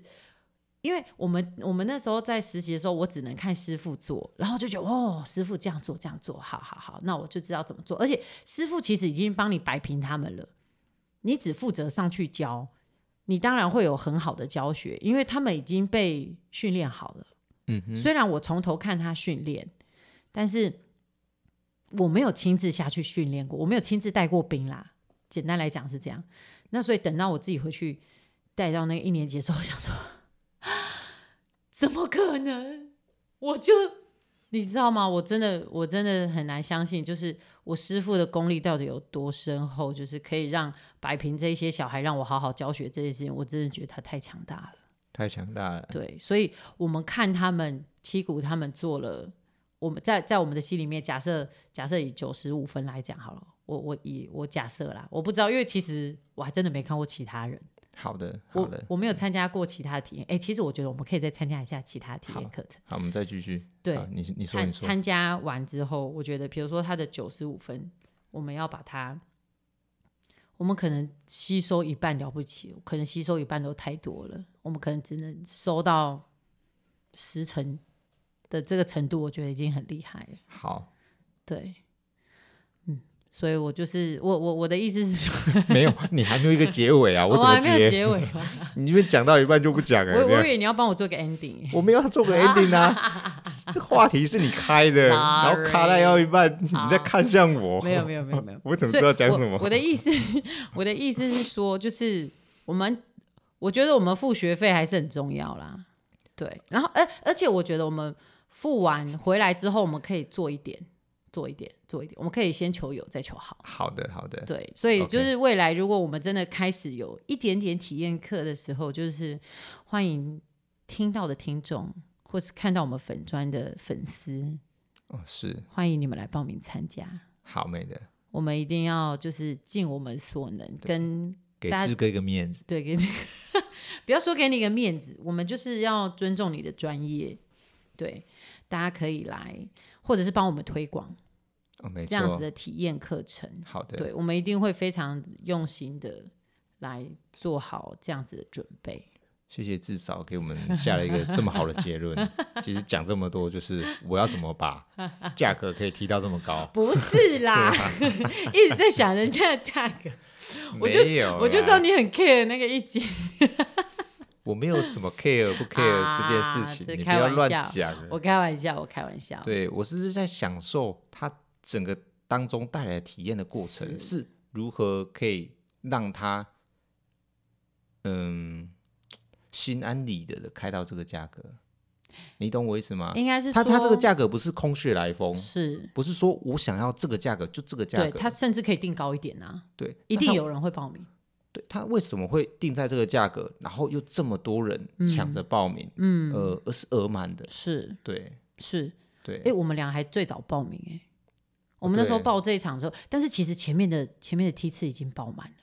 S2: 因为我们我们那时候在实习的时候，我只能看师傅做，然后就觉得哦，师傅这样做这样做，好好好，那我就知道怎么做。而且师傅其实已经帮你摆平他们了，你只负责上去教，你当然会有很好的教学，因为他们已经被训练好了。
S1: 嗯哼，
S2: 虽然我从头看他训练，但是我没有亲自下去训练过，我没有亲自带过兵啦。简单来讲是这样。那所以等到我自己回去带到那个一年级的时候，我想说，怎么可能？我就你知道吗？我真的我真的很难相信，就是我师傅的功力到底有多深厚，就是可以让白平这一些小孩让我好好教学这件事情，我真的觉得他太强大了。
S1: 太强大了。
S2: 对，所以我们看他们七股他们做了，我们在在我们的心里面假设假设以九十五分来讲好了，我我以我假设啦，我不知道，因为其实我还真的没看过其他人，
S1: 好的，好
S2: 我
S1: 的，嗯
S2: 我没有参加过其他的体验。哎，其实我觉得我们可以再参加一下其他体验
S1: 好
S2: 课程。
S1: 好，我们再继续。啊
S2: 对
S1: 好，你你说
S2: 参
S1: 你说，
S2: 参加完之后，我觉得比如说他的九十五分，我们要把它。我们可能吸收一半了不起，可能吸收一半都太多了，我们可能只能收到十成的这个程度，我觉得已经很厉害了。
S1: 好，
S2: 对，嗯，所以我就是我我我的意思是说，哦
S1: 没有，你还没有一个结尾啊啊，我怎
S2: 还
S1: 么
S2: 没有
S1: 接？
S2: 结尾 吗？
S1: 你们讲到一半就不讲了，
S2: 我
S1: 这
S2: 我
S1: 样
S2: 以为你要帮我做个 ending，
S1: 我们要做个 ending 啊，这话题是你开 的，然后卡在到一半，你在看向我，
S2: 没有没有没有没有，
S1: 我怎么
S2: 所
S1: 知
S2: 以
S1: 道讲
S2: 我
S1: 什么？
S2: 我的意思，我的意思是说，就是我们，我觉得我们付学费还是很重要啦。对，然后，而而且我觉得我们付完回来之后，我们可以做一点，做一点，做一点，我们可以先求有，再求好。
S1: 好的好的，
S2: 对，所以
S1: OK
S2: 就是未来，如果我们真的开始有一点点体验课的时候，就是欢迎听到的听众，或是看到我们粉砖的粉丝，
S1: 哦是
S2: 欢迎你们来报名参加。
S1: 好美的，
S2: 我们一定要就是尽我们所能，跟
S1: 给
S2: 大家
S1: 志哥一个面子，
S2: 对给你， 不要说给你一个面子，我们就是要尊重你的专业。对，大家可以来，或者是帮我们推广
S1: 哦没
S2: 这样子
S1: 错，
S2: 的体验课程。
S1: 好的
S2: 对，我们一定会非常用心的来做好这样子的准 备。？
S1: 谢谢至少给我们下了一个这么好的结论。其实讲这么多，就是我要怎么把价格可以提到这么高
S2: 不是啦，
S1: 啊
S2: 一直在想人家的价格，我就
S1: 没有啦，
S2: 我就知道你很 care 那个一斤。
S1: 我没有什么 care 不 care 这件事情，
S2: 啊这
S1: 你不
S2: 开
S1: 要
S2: 玩
S1: 乱
S2: 笑
S1: 讲。
S2: 我开玩笑，我开玩笑。
S1: 对我是在享受它整个当中带来的体验的过程，
S2: 是
S1: 是如何可以让它嗯心安理得的开到这个价格，你懂我意思吗？
S2: 应该是
S1: 它啊它这个
S2: 说
S1: 价格不是空穴来风，
S2: 是
S1: 不是说我想要这个价格就这个价
S2: 对，
S1: 格，
S2: 他甚至可以定高一点啊，
S1: 对
S2: 一
S1: 那
S2: 定
S1: 它
S2: 有人会报名。
S1: 对它为什么会定在这个价格，然后又这么多人抢着报名，
S2: 嗯，
S1: 呃，而是额满的，
S2: 是
S1: 对
S2: 是，
S1: 对
S2: 哎、，我们俩还最早报名哎、我们那时候
S1: 对
S2: 报这一场的时候，但是其实前面的前面的梯次已经报满了，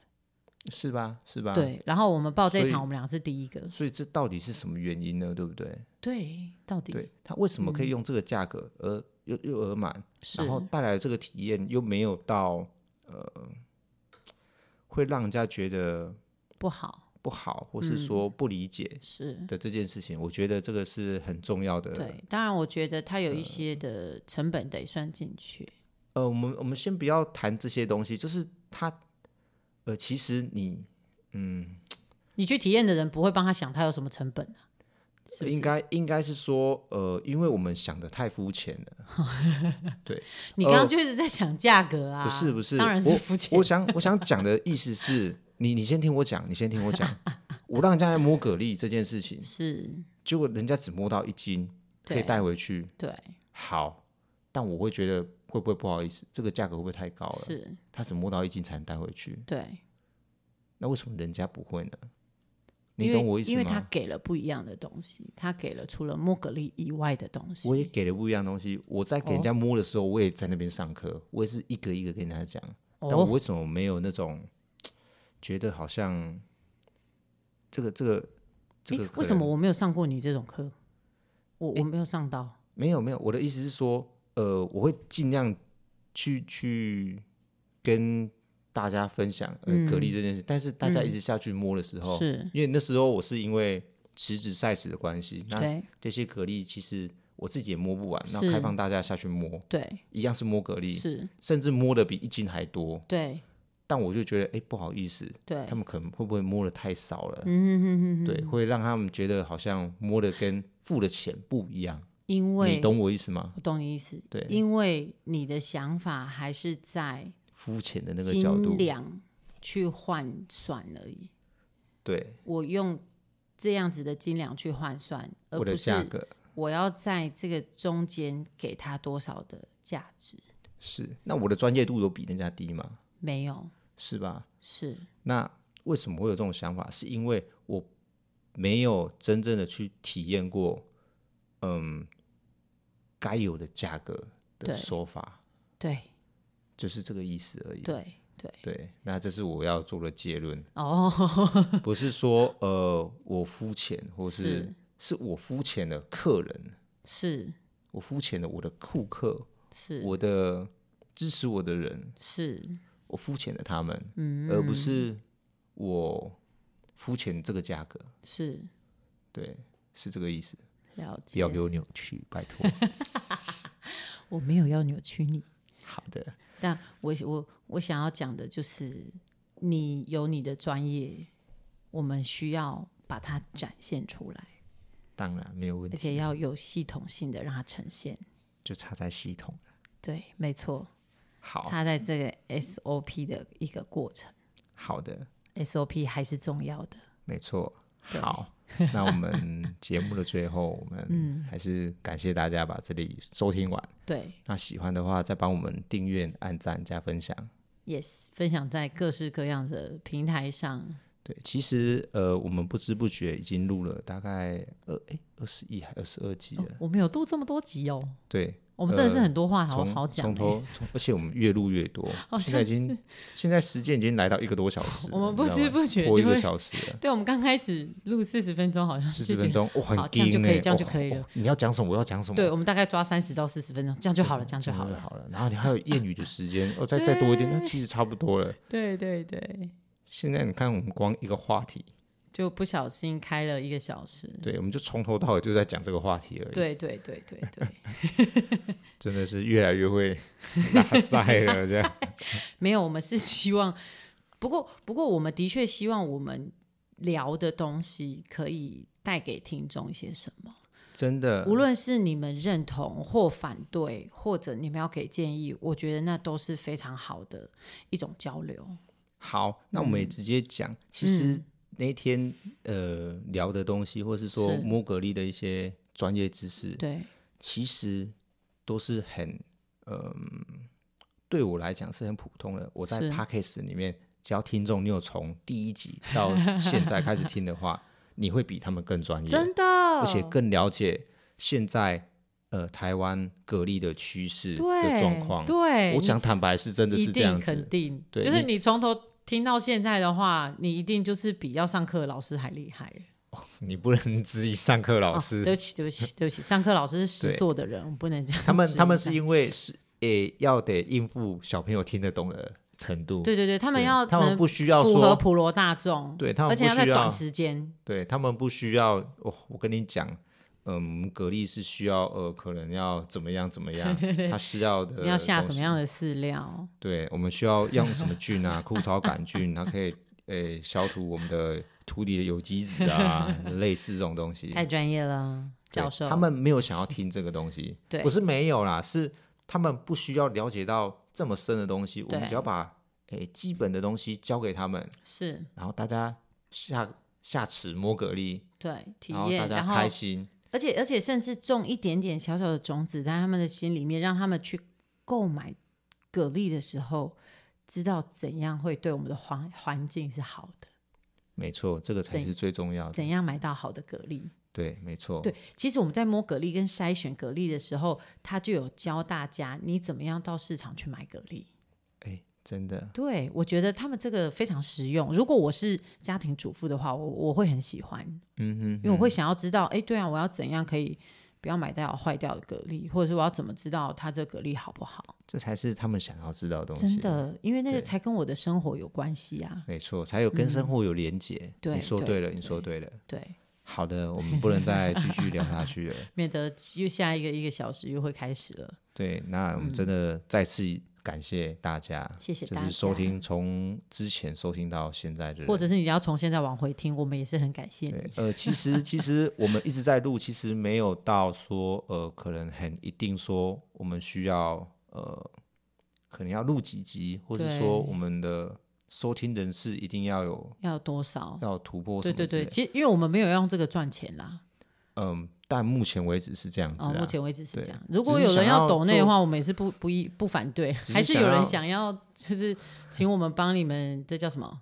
S1: 是吧？是吧？。
S2: 对。然后我们报这
S1: 啊所
S2: 一
S1: 以
S2: 场，我们俩是第一个，
S1: 所以这到底是什么原因呢？对不对？
S2: 对，到底
S1: 对，它为什么可以用这个价格而、又又额满，
S2: 是
S1: 然后带来的这个体验又没有到呃，会让人家觉得
S2: 不好，
S1: 不好，或
S2: 嗯
S1: 是说不理解
S2: 是
S1: 的这件事情，我觉得这个是很重要的。
S2: 嗯对。当然，我觉得它有一些的成本得算进去，
S1: 呃，我们我们先不要谈这些东西，就是它呃，其实你嗯，
S2: 你去体验的人不会帮他想他有什么成本啊，是不
S1: 应
S2: 是？
S1: 该应该是说呃，因为我们想的太肤浅 了，
S2: 你刚刚就是在想价格啊，
S1: 不是不是，
S2: 当然
S1: 我
S2: 是肤浅
S1: 我想我想讲的意思是，你你先听我讲，你先听我 讲，我让人家来摸蛤蜊这件事情，
S2: 是，
S1: 结果人家只摸到一斤，可以
S2: 对
S1: 带回去，
S2: 对，
S1: 好，但我会觉得会不会不好意思，这个价格会不会太高了？
S2: 是，
S1: 他只摸到一斤才能带回去，
S2: 对。
S1: 那为什么人家不会呢？你
S2: 因
S1: 懂
S2: 为
S1: 我意思
S2: 因为他
S1: 吗？
S2: 给了不一样的东西，他给了除了莫格利以外的东西。
S1: 我也给了不一样的东西，我在给人
S2: 哦
S1: 家摸的时候，我也在那边上课，我也是一个一个跟人家讲。但我
S2: 哦，
S1: 为什么没有那种觉得好像这个这个这个
S2: 诶
S1: 可
S2: 为什么
S1: 能
S2: 我没有上过你这种课？我我没有上到，
S1: 没有没有？我的意思是说，呃，我会尽量去去跟大家分享呃
S2: 嗯
S1: 蛤蜊这件事，但是大家一直下去摸的时候，
S2: 是，
S1: 因为那时候我是因为池子赛事的关系，那
S2: 对
S1: 这些蛤蜊其实我自己也摸不完，那
S2: 是
S1: 开放大家下去摸，
S2: 对
S1: 一样是摸蛤蜊，
S2: 是，
S1: 甚至摸的比一斤还多，
S2: 对
S1: 但我就觉得，哎、不好意思，
S2: 对
S1: 他，们可能会不会摸的太少了？
S2: 嗯哼哼哼哼
S1: 对，会让他们觉得好像摸的跟付的钱不一样，
S2: 因为
S1: 你懂我意思吗？
S2: 我懂你意思，
S1: 对
S2: 因为你的想法还是在
S1: 肤浅的那个角
S2: 斤
S1: 度，
S2: 两去换算而已。
S1: 对，
S2: 我用这样子的斤两去换算，而
S1: 我的
S2: 不
S1: 价
S2: 是
S1: 格
S2: 我要在这个中间给他多少的价值，
S1: 是。那我的专业度有比人家低吗？
S2: 没有，
S1: 是吧？
S2: 是
S1: 那为什么会有这种想法？是因为我没有真正的去体验过，嗯，该有的价格
S2: 对
S1: 的说法，
S2: 对
S1: 就是这个意思而已。
S2: 对对，
S1: 对，那这是我要做的结论，
S2: 哦，
S1: 不是说呃我肤浅，或是是我肤浅的客人，
S2: 是
S1: 我肤浅的我的顾客，
S2: 是
S1: 我的支持我的人，
S2: 是，
S1: 我肤浅的他们，
S2: 嗯，
S1: 而不是我肤浅这个价格。
S2: 是
S1: 对，是这个意思。
S2: 了
S3: 不
S2: 解
S3: 要，给我扭曲，拜托。
S2: 我没有要扭曲你。
S1: 好的，
S2: 但我我我想要讲的就是，你有你的专业，我们需要把它展现出来，
S3: 当然没有问
S2: 而
S3: 题，
S2: 且要有系统性的让它呈现。
S3: 就差在系统。
S2: 对，没错，
S1: 好
S2: 插在这个 SOP 的一个过程
S1: 好的，
S2: ，SOP 还是重要的。
S1: 没错。
S2: 对
S1: 好，那我们节目的最后，我
S2: 嗯
S1: 们还是感谢大家把这里收听完。
S2: 对
S1: 那喜欢的话，再帮我们订阅、按赞、加分享。
S2: ，yes，分享在各式各样的平台上，哦
S1: 对，其实呃，我们不知不觉已经录了大概二哎二十一还二十二集了。
S2: 我们有录这么多集哦，
S1: 对，
S2: 我们真的是
S1: 呃
S2: 很多话好
S1: 从
S2: 好
S1: 从
S2: 讲欸、
S1: 头从，而且我们越录越 多，现在已经现在时间已经来到一个多小时了，
S2: 我们
S1: 你
S2: 不
S1: 知道
S2: 知
S1: 吗
S2: 不觉
S1: 过一
S2: 就
S1: 个
S2: 会
S1: 小时 了。
S2: 对，我们刚开始录四十分钟，好像
S1: 四
S2: 是
S1: 十
S2: 觉
S1: 分
S2: 得
S1: 钟，哇、
S2: 好
S1: 很
S2: 这样就
S1: 硬
S2: 可以
S1: 欸
S2: 这样就
S1: 哦
S2: 可以了
S1: 哦你要讲什么，我要讲什么，
S2: 对，我们大概抓三十到四十分钟，这样就好了，这样就好
S1: 了，
S2: 了。
S1: 好了。然后你还有谚语的时间，哦，再再多一点，那其实差不多了。
S2: 对对对，
S1: 现在你看，我们光一个话题，
S2: 就不小心开了一个小时。
S1: 对，我们就从头到尾就在讲这个话题而已，
S2: 对对对对对，
S1: 真的是越来越会拉塞了，这 样。
S2: 没有，我们是希望，不过不过我们的确希望我们聊的东西可以带给听众一些什么，
S1: 真的
S2: 无，论是你们认同或反对，或者你们要给建议，我觉得那都是非常好的一种交流。
S1: 好，那我
S2: 嗯
S1: 们也直接讲，其实那天呃聊的东西，或是说
S2: 是
S1: 摸格力的一些专业知识，
S2: 对，
S1: 其实都是很，嗯、对我来讲是很普通的。我在
S2: 是
S1: podcast 里面，只要听众你有从第一集到现在开始听的话， 你会比他们更专业，
S2: 真的，
S1: 而
S2: 而
S1: 且更了解现在呃台湾蛤蜊的趋势的
S2: 对
S1: 状况。
S2: 对，
S1: 我讲坦白是真的
S2: 一
S1: 是这
S2: 定
S1: 样
S2: 肯
S1: 子，
S2: 定，
S1: 对
S2: 就是
S1: 你
S2: 你从头听到现在的话，你一定就是比要上课的老师还厉害。
S1: 你不能质疑上课老
S2: 哦，
S1: 师。
S2: 对不起，对不起，对不起，上课老师是实
S1: 对
S2: 做的人，我不能这样。
S1: 他们他们是。因为是诶、要得应付小朋友听得懂的程度，
S2: 对对对，他们
S1: 对
S2: 要
S1: 他们
S2: 能
S1: 不需要
S2: 符合
S1: 说
S2: 普罗大众，
S1: 对他们
S2: 而且
S1: 不
S2: 要在
S1: 需要
S2: 短时间，
S1: 对他们不需要，哦、我跟你讲，嗯，蛤蜊是需要呃，可能要怎么样怎么样，它需要的
S2: 你要下
S1: 呃东
S2: 什么
S1: 西？
S2: 样的饲料？
S1: 对，我们需要用什么菌啊， 枯草杆菌，它可以诶、消除我们的土里的有机质啊，类似这种东西。
S2: 太专业了，
S1: 对
S2: 教授。
S1: 他们没有想要听这个东西，
S2: 对
S1: 不是没有啦，是他们不需要了解到这么深的东西，我们
S2: 对
S1: 只要把诶、基本的东西教给他们，
S2: 是
S1: 然后大家下下池摸蛤蜊，
S2: 对体
S1: 然后大
S2: 验，
S1: 家
S2: 然后
S1: 开心。
S2: 而且而且甚至种一点点小小的种子在他们的心里面，让他们去购买蛤蜊的时候，知道怎样会对我们的环环境是好的，
S1: 没错，这个才
S2: 怎
S1: 是最重要的。
S2: 怎样买到好的蛤蜊。
S1: 对，没错。
S2: 对，其实我们在摸蛤蜊跟筛选蛤蜊的时候，他就有教大家你怎么样到市场去买蛤蜊。
S1: 哎，真的，
S2: 对，我觉得他们这个非常实用。如果我是家庭主妇的话，我我会很喜欢，
S1: 嗯哼哼，
S2: 因为我会想要知道，哎、对啊，我要怎样可以不要买到坏掉的蛤蜊，或者是我要怎么知道它这蛤蜊好不好？
S1: 这才是他们想要知道的东西。
S2: 真，的，因为那个
S1: 对
S2: 才跟我的生活有关系啊。
S1: 没错，才有跟生活有连结。
S2: 对
S1: 你说
S2: 对
S1: 对了，你说对了。
S2: 对，
S1: 好的，我们不能再继续聊下 去了。
S2: 免得又下一个一个小时又会开始了。
S1: 对，那我们真的再次感谢大家，
S2: 嗯谢谢
S1: 就
S2: 大家
S1: 是收听从之前收听到现在的人，
S2: 或者是你要从现在往回听，我们也是很感谢
S1: 对
S2: 你。，
S1: 呃，其实其实我们一直在录，其实没有到说呃，可能很一定说我们需要呃，可能要录几集，或是说
S2: 对
S1: 我们的收听人次一定要有
S2: 要多少？
S1: 要突破什
S2: 对
S1: 么
S2: 对
S1: 之类
S2: 对，其实因为我们没有用这个赚钱啦，
S1: 嗯，但目前为止是这样子
S2: 哦，
S1: 啊
S2: 目。前为止是
S1: 对
S2: 这样。如果
S1: 只是
S2: 有人
S1: 想要
S2: 抖内的
S1: 做
S2: 话，我们也是不不一不反对，
S1: 只是
S2: 还是
S1: 想
S2: 有人
S1: 要
S2: 想要就是请我们帮你们，这叫什么？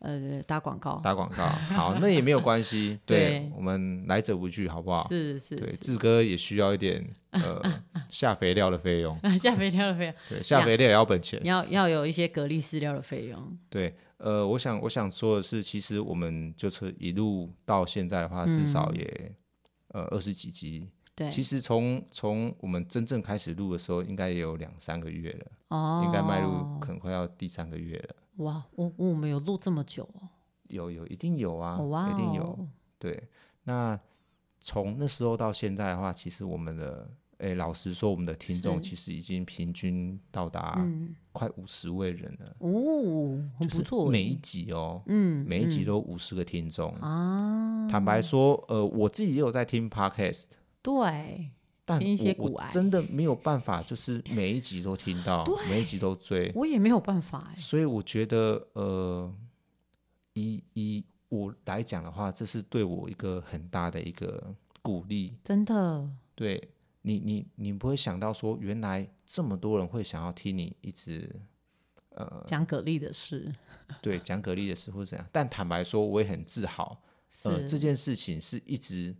S2: 呃，打广告。
S1: 打 广告，好，那也没有关系。
S2: 对
S1: 我们来者不拒，好不好？
S2: 是是
S1: 对，
S2: 是，
S1: 志哥也需要一点 呃下肥料的费用，
S2: 下肥料的费用，
S1: 对，下肥料也要本钱。
S2: 要要有一些蛤蜊饲料的费用。
S1: 对，呃，我想我想说的是，其实我们就是一路到现在的话，至少也、呃二十几集。
S2: 嗯对，
S1: 其实从从我们真正开始录的时候，应该也有两三个月了，
S2: 哦，
S1: 应该迈入可能快要第三个月了。
S2: 哇，我我们有录这么久哦，
S1: 有有一定有啊，
S2: 哦哇，
S1: 一定有。，对，那从那时候到现在的话，其实我们的诶，老实说，我们的听众
S2: 是
S1: 其实已经平均到达
S2: 嗯，
S1: 快五十位人了，
S2: 哦，
S1: 就
S2: 很不
S1: 是
S2: 错
S1: 每
S2: 耶，
S1: 一集哦，
S2: 嗯，
S1: 每一集
S2: 嗯
S1: 都五十个听众。
S2: 啊，
S1: 坦白说，呃，我自己也有在听 podcast，
S2: 对，
S1: 但
S2: 听一些
S1: 我
S2: 古
S1: 我
S2: 癌
S1: 真的没有办法，就是每一集都听到，每一集都追，
S2: 我也没有办法哎，
S1: 所以我觉得，呃，以以我来讲的话，这是对我一个很大的一个鼓励。
S2: 真的，
S1: 对你，你你不会想到说，原来这么多人会想要听你一直
S2: 讲蛤蜊的事，
S1: 对讲蛤蜊的事或怎样。但坦白说，我也很自豪，呃，
S2: 是
S1: 这件事情是一直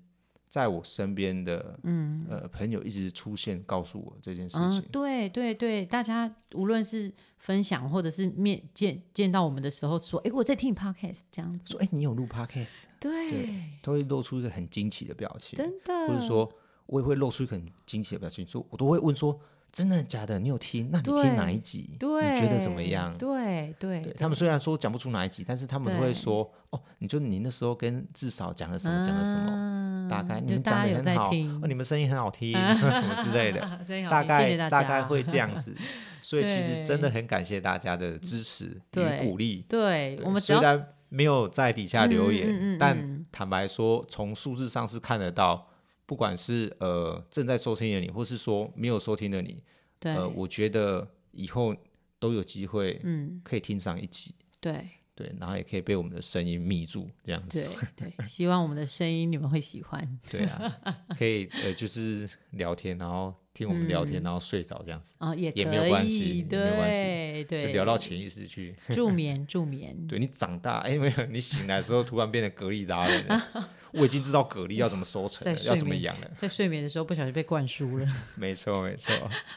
S1: 在我身边的，嗯，呃，朋友一直出现告诉我这件事情。
S2: 嗯对对对，大家无论是分享或者是面见见到我们的时候说，哎，我在听你 podcast 这样子，
S1: 说哎、你有录 podcast，
S2: 对，
S1: 他会露出一个很惊奇的表情，
S2: 真的，
S1: 或者说，我也会露出一个很惊奇的表情，说我都会问说，真的假的？你有听？那你
S2: 对
S1: 听哪一集？
S2: 对，
S1: 你觉得怎么样？
S2: 对对
S1: 对他们虽然说讲不出哪一集，但是他们都
S2: 对
S1: 会说哦，你就你那时候跟至少讲了什么，讲了什么，
S2: 么
S1: 大概你
S2: 嗯就
S1: 们
S2: 大
S1: 讲
S2: 家
S1: 的
S2: 有
S1: 很好，
S2: 在
S1: 哦
S2: 听，
S1: 你们声音很好听，什么之类的，
S2: 啊声音好
S1: 大
S2: 听
S1: 概
S2: 谢谢大
S1: 大
S2: 家
S1: 概会这 样子。所以其
S2: 对嗯
S1: 实真的很感谢大家的支持
S2: 对
S1: 与鼓励。
S2: 对
S1: 对
S2: 我们只
S1: 虽
S2: 要
S1: 然没有在底下留言，
S2: 嗯嗯嗯嗯
S1: 但坦白说，从数字上是看得到，不管是呃正在收听的你，或是说没有收听的你，
S2: 对
S1: 呃，我觉得以后都有机会
S2: 嗯
S1: 可以听上一集。
S2: 对
S1: 对，然后也可以被我们的声音迷住，这样
S2: 对
S1: 子。
S2: 对，希望我们的声音你们会喜欢
S1: 对啊，可以呃，就是聊天，然后听我们聊
S2: 嗯
S1: 天，然后睡着这样子，
S2: 啊，也
S1: 也没有
S2: 可
S1: 关
S2: 以
S1: 系也没有关系
S2: 对
S1: 就
S2: 对，
S1: 聊到潜意识去。
S2: 助眠助眠，
S1: 对你长大，哎，没有，你醒来的时候突然变得蛤蜊达人了。我已经知道蛤蜊要怎么收成
S2: 在
S1: 了，
S2: 睡
S1: 要怎么
S2: 眠
S1: 养了。
S2: 在睡眠的时候不小心被灌输了，
S1: 没错，没错。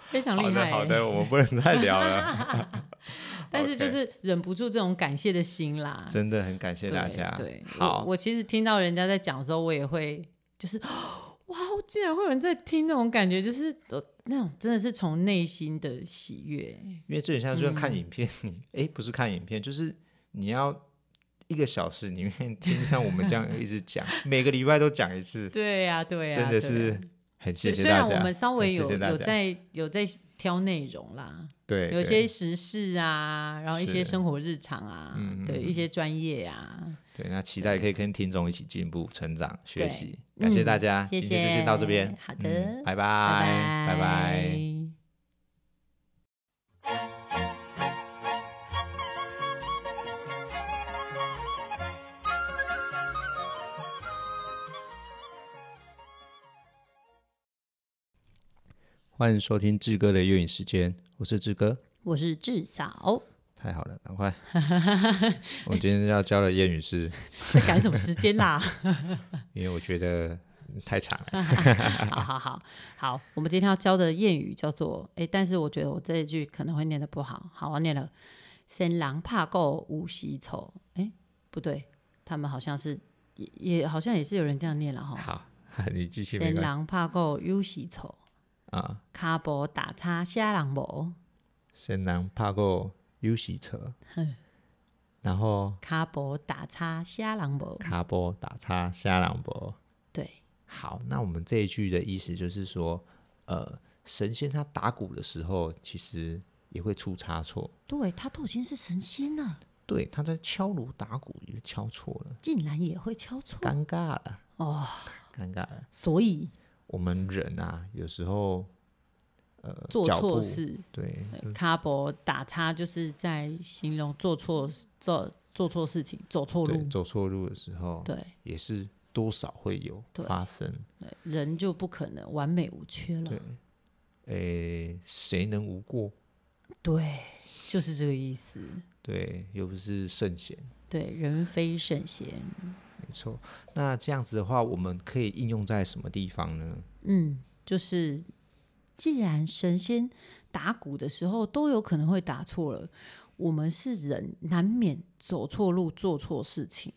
S2: 非常
S1: 好
S2: 厉害
S1: 的，
S2: 欸。
S1: 好的，我们不能再聊了，
S2: 但是就
S1: OK
S2: 是忍不住这种感谢的心啦。
S1: 真的很感谢
S2: 对
S1: 大家。
S2: 对，我
S1: 好，
S2: 我其实听到人家在讲的时候，我也会就是哇，竟然会有人在听那种感觉，就是呃那种真的是从内心的喜悦。
S1: 因为这很像就像
S2: 嗯
S1: 看影片，你哎、不是看影片，就是你要一个小时里 面听像我们这样一直讲，每个礼拜都讲一次，
S2: 对呀、对呀、
S1: 真的
S2: 对
S1: 是
S2: 啊
S1: 很
S2: 虽
S1: 谢谢
S2: 虽
S1: 大
S2: 然
S1: 家。
S2: 我们稍微
S1: 很
S2: 有
S1: 谢谢大
S2: 有
S1: 家
S2: 在有在挑内容啦，
S1: 对对
S2: 有些时事啊，然后一些
S1: 是
S2: 生活日常啊，
S1: 嗯嗯
S2: 对
S1: 嗯
S2: 一些专业啊，
S1: 对，那期待可以跟听众一起进步、成长、
S2: 对
S1: 学
S2: 嗯
S1: 习。感谢大家，
S2: 谢
S1: 今天就先到这边
S2: 谢，好的
S1: 嗯拜
S2: 拜
S1: 拜拜。欢迎收听志哥的粤语时间，我是志哥。
S2: 我是志嫂，
S1: 太好了，赶快！我今天要教的谚语是，
S2: 在赶什么时间啦？
S1: 因为我觉得太长了。
S2: 好好好好，我们今天要教的谚语叫做“哎，但是我觉得我这一句可能会念的不好，好，我念了‘先狼怕狗，无喜丑’。哎，不对，他们好像是也也好像也是有人这样念了哈。
S1: 好， 你继续没
S2: 先
S1: 关系
S2: 狼怕狗，有喜丑，
S1: 啊。
S2: 卡步打叉瞎狼无，
S1: 先人拍过 U 洗车，然后
S2: 卡步打叉瞎狼无。
S1: 卡波打叉下朗博。
S2: 对，
S1: 好，那我们这一句的意思就是说，呃，神仙他打鼓的时候，其实也会出差错。
S4: 对他都已经是神仙了，
S1: 对，他在敲锣打鼓也敲错了，
S4: 竟然也会敲错
S1: 尴尬了，
S4: 哦。
S1: 尴尬了。
S4: 所以
S1: 我们人啊，有时候呃
S2: 做
S1: 脚步
S2: 错事，
S1: 对
S2: 卡博打叉就是在形容做错做做错事情，走错
S1: 对
S2: 路，
S1: 走错路的时候，
S2: 对
S1: 也是多少会有
S2: 对
S1: 发生。
S2: 对人就不可能完美无缺了
S1: 对。诶，谁能无过？
S2: 对，就是这个意思。
S1: 对，又不是圣贤，
S2: 对，人非圣贤。
S1: 没错。那这样子的话，我们可以应用在什么地方呢？
S2: 嗯，就是既然神仙打鼓的时候都有可能会打错了，我们是人，难免走错路、做错事情。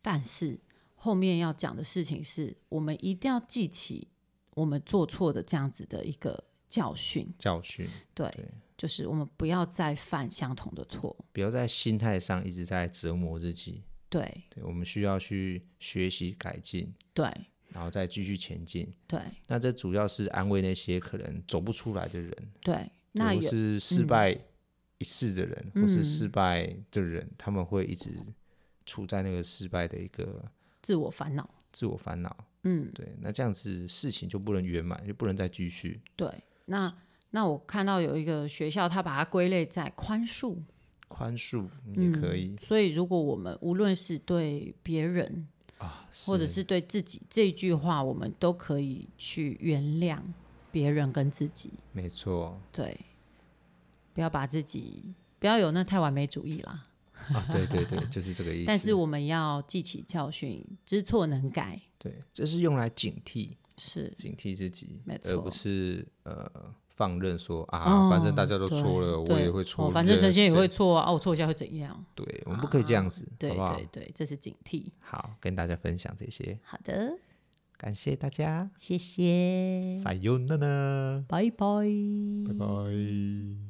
S2: 但是后面要讲的事情是，我们一定要记起我们做错的这样子的一个教训。
S1: 教训，
S2: 对，就是我们不要再犯相同的错。
S1: 不要在心态上一直在折磨自己。
S2: 对，
S1: 对，我们需要去学习改进，
S2: 对，
S1: 然后再继续前进。
S2: 对，
S1: 那这主要是安慰那些可能走不出来的人，
S2: 对。那嗯
S1: 或
S2: 有
S1: 是失败一次的人，或是失败的人，他们会一直处在那个失败的一个
S2: 自我烦恼。
S1: 自我烦恼。
S2: 嗯，
S1: 对，那这样子事情就不能圆满，就不能再继续
S2: 对。那那我看到有一个学校，他把它归类在宽恕。
S1: 宽恕
S2: 嗯
S1: 也可以、
S2: 所以，如果我们无论是对别人
S1: 啊，
S2: 或者是对自己，这句话我们都可以去原谅别人跟自己。
S1: 没错
S2: 对，不要把自己不要有那太完美主义啦。
S1: 啊，对对对，就是这个意思。
S2: 但是我们要记起教训，知错能改。
S1: 对，这是用来警惕
S2: 是，
S1: 警惕自己
S2: 没，
S1: 而
S2: 错
S1: 不是呃放任说啊，
S2: 哦
S1: 反正大家都错了，
S2: 对
S1: 我也会错，
S2: 哦反正神仙也
S1: 谁
S2: 会。错啊，啊我错一下会怎样？
S1: 对，我们不可以这样子，
S2: 对
S1: 好不好？
S2: 对对，这是警惕。
S1: 好，跟大家分享这些，
S2: 好的，
S1: 感谢大家，
S2: 谢谢，
S1: 撒尤那呢，
S2: 拜拜。
S1: 拜拜。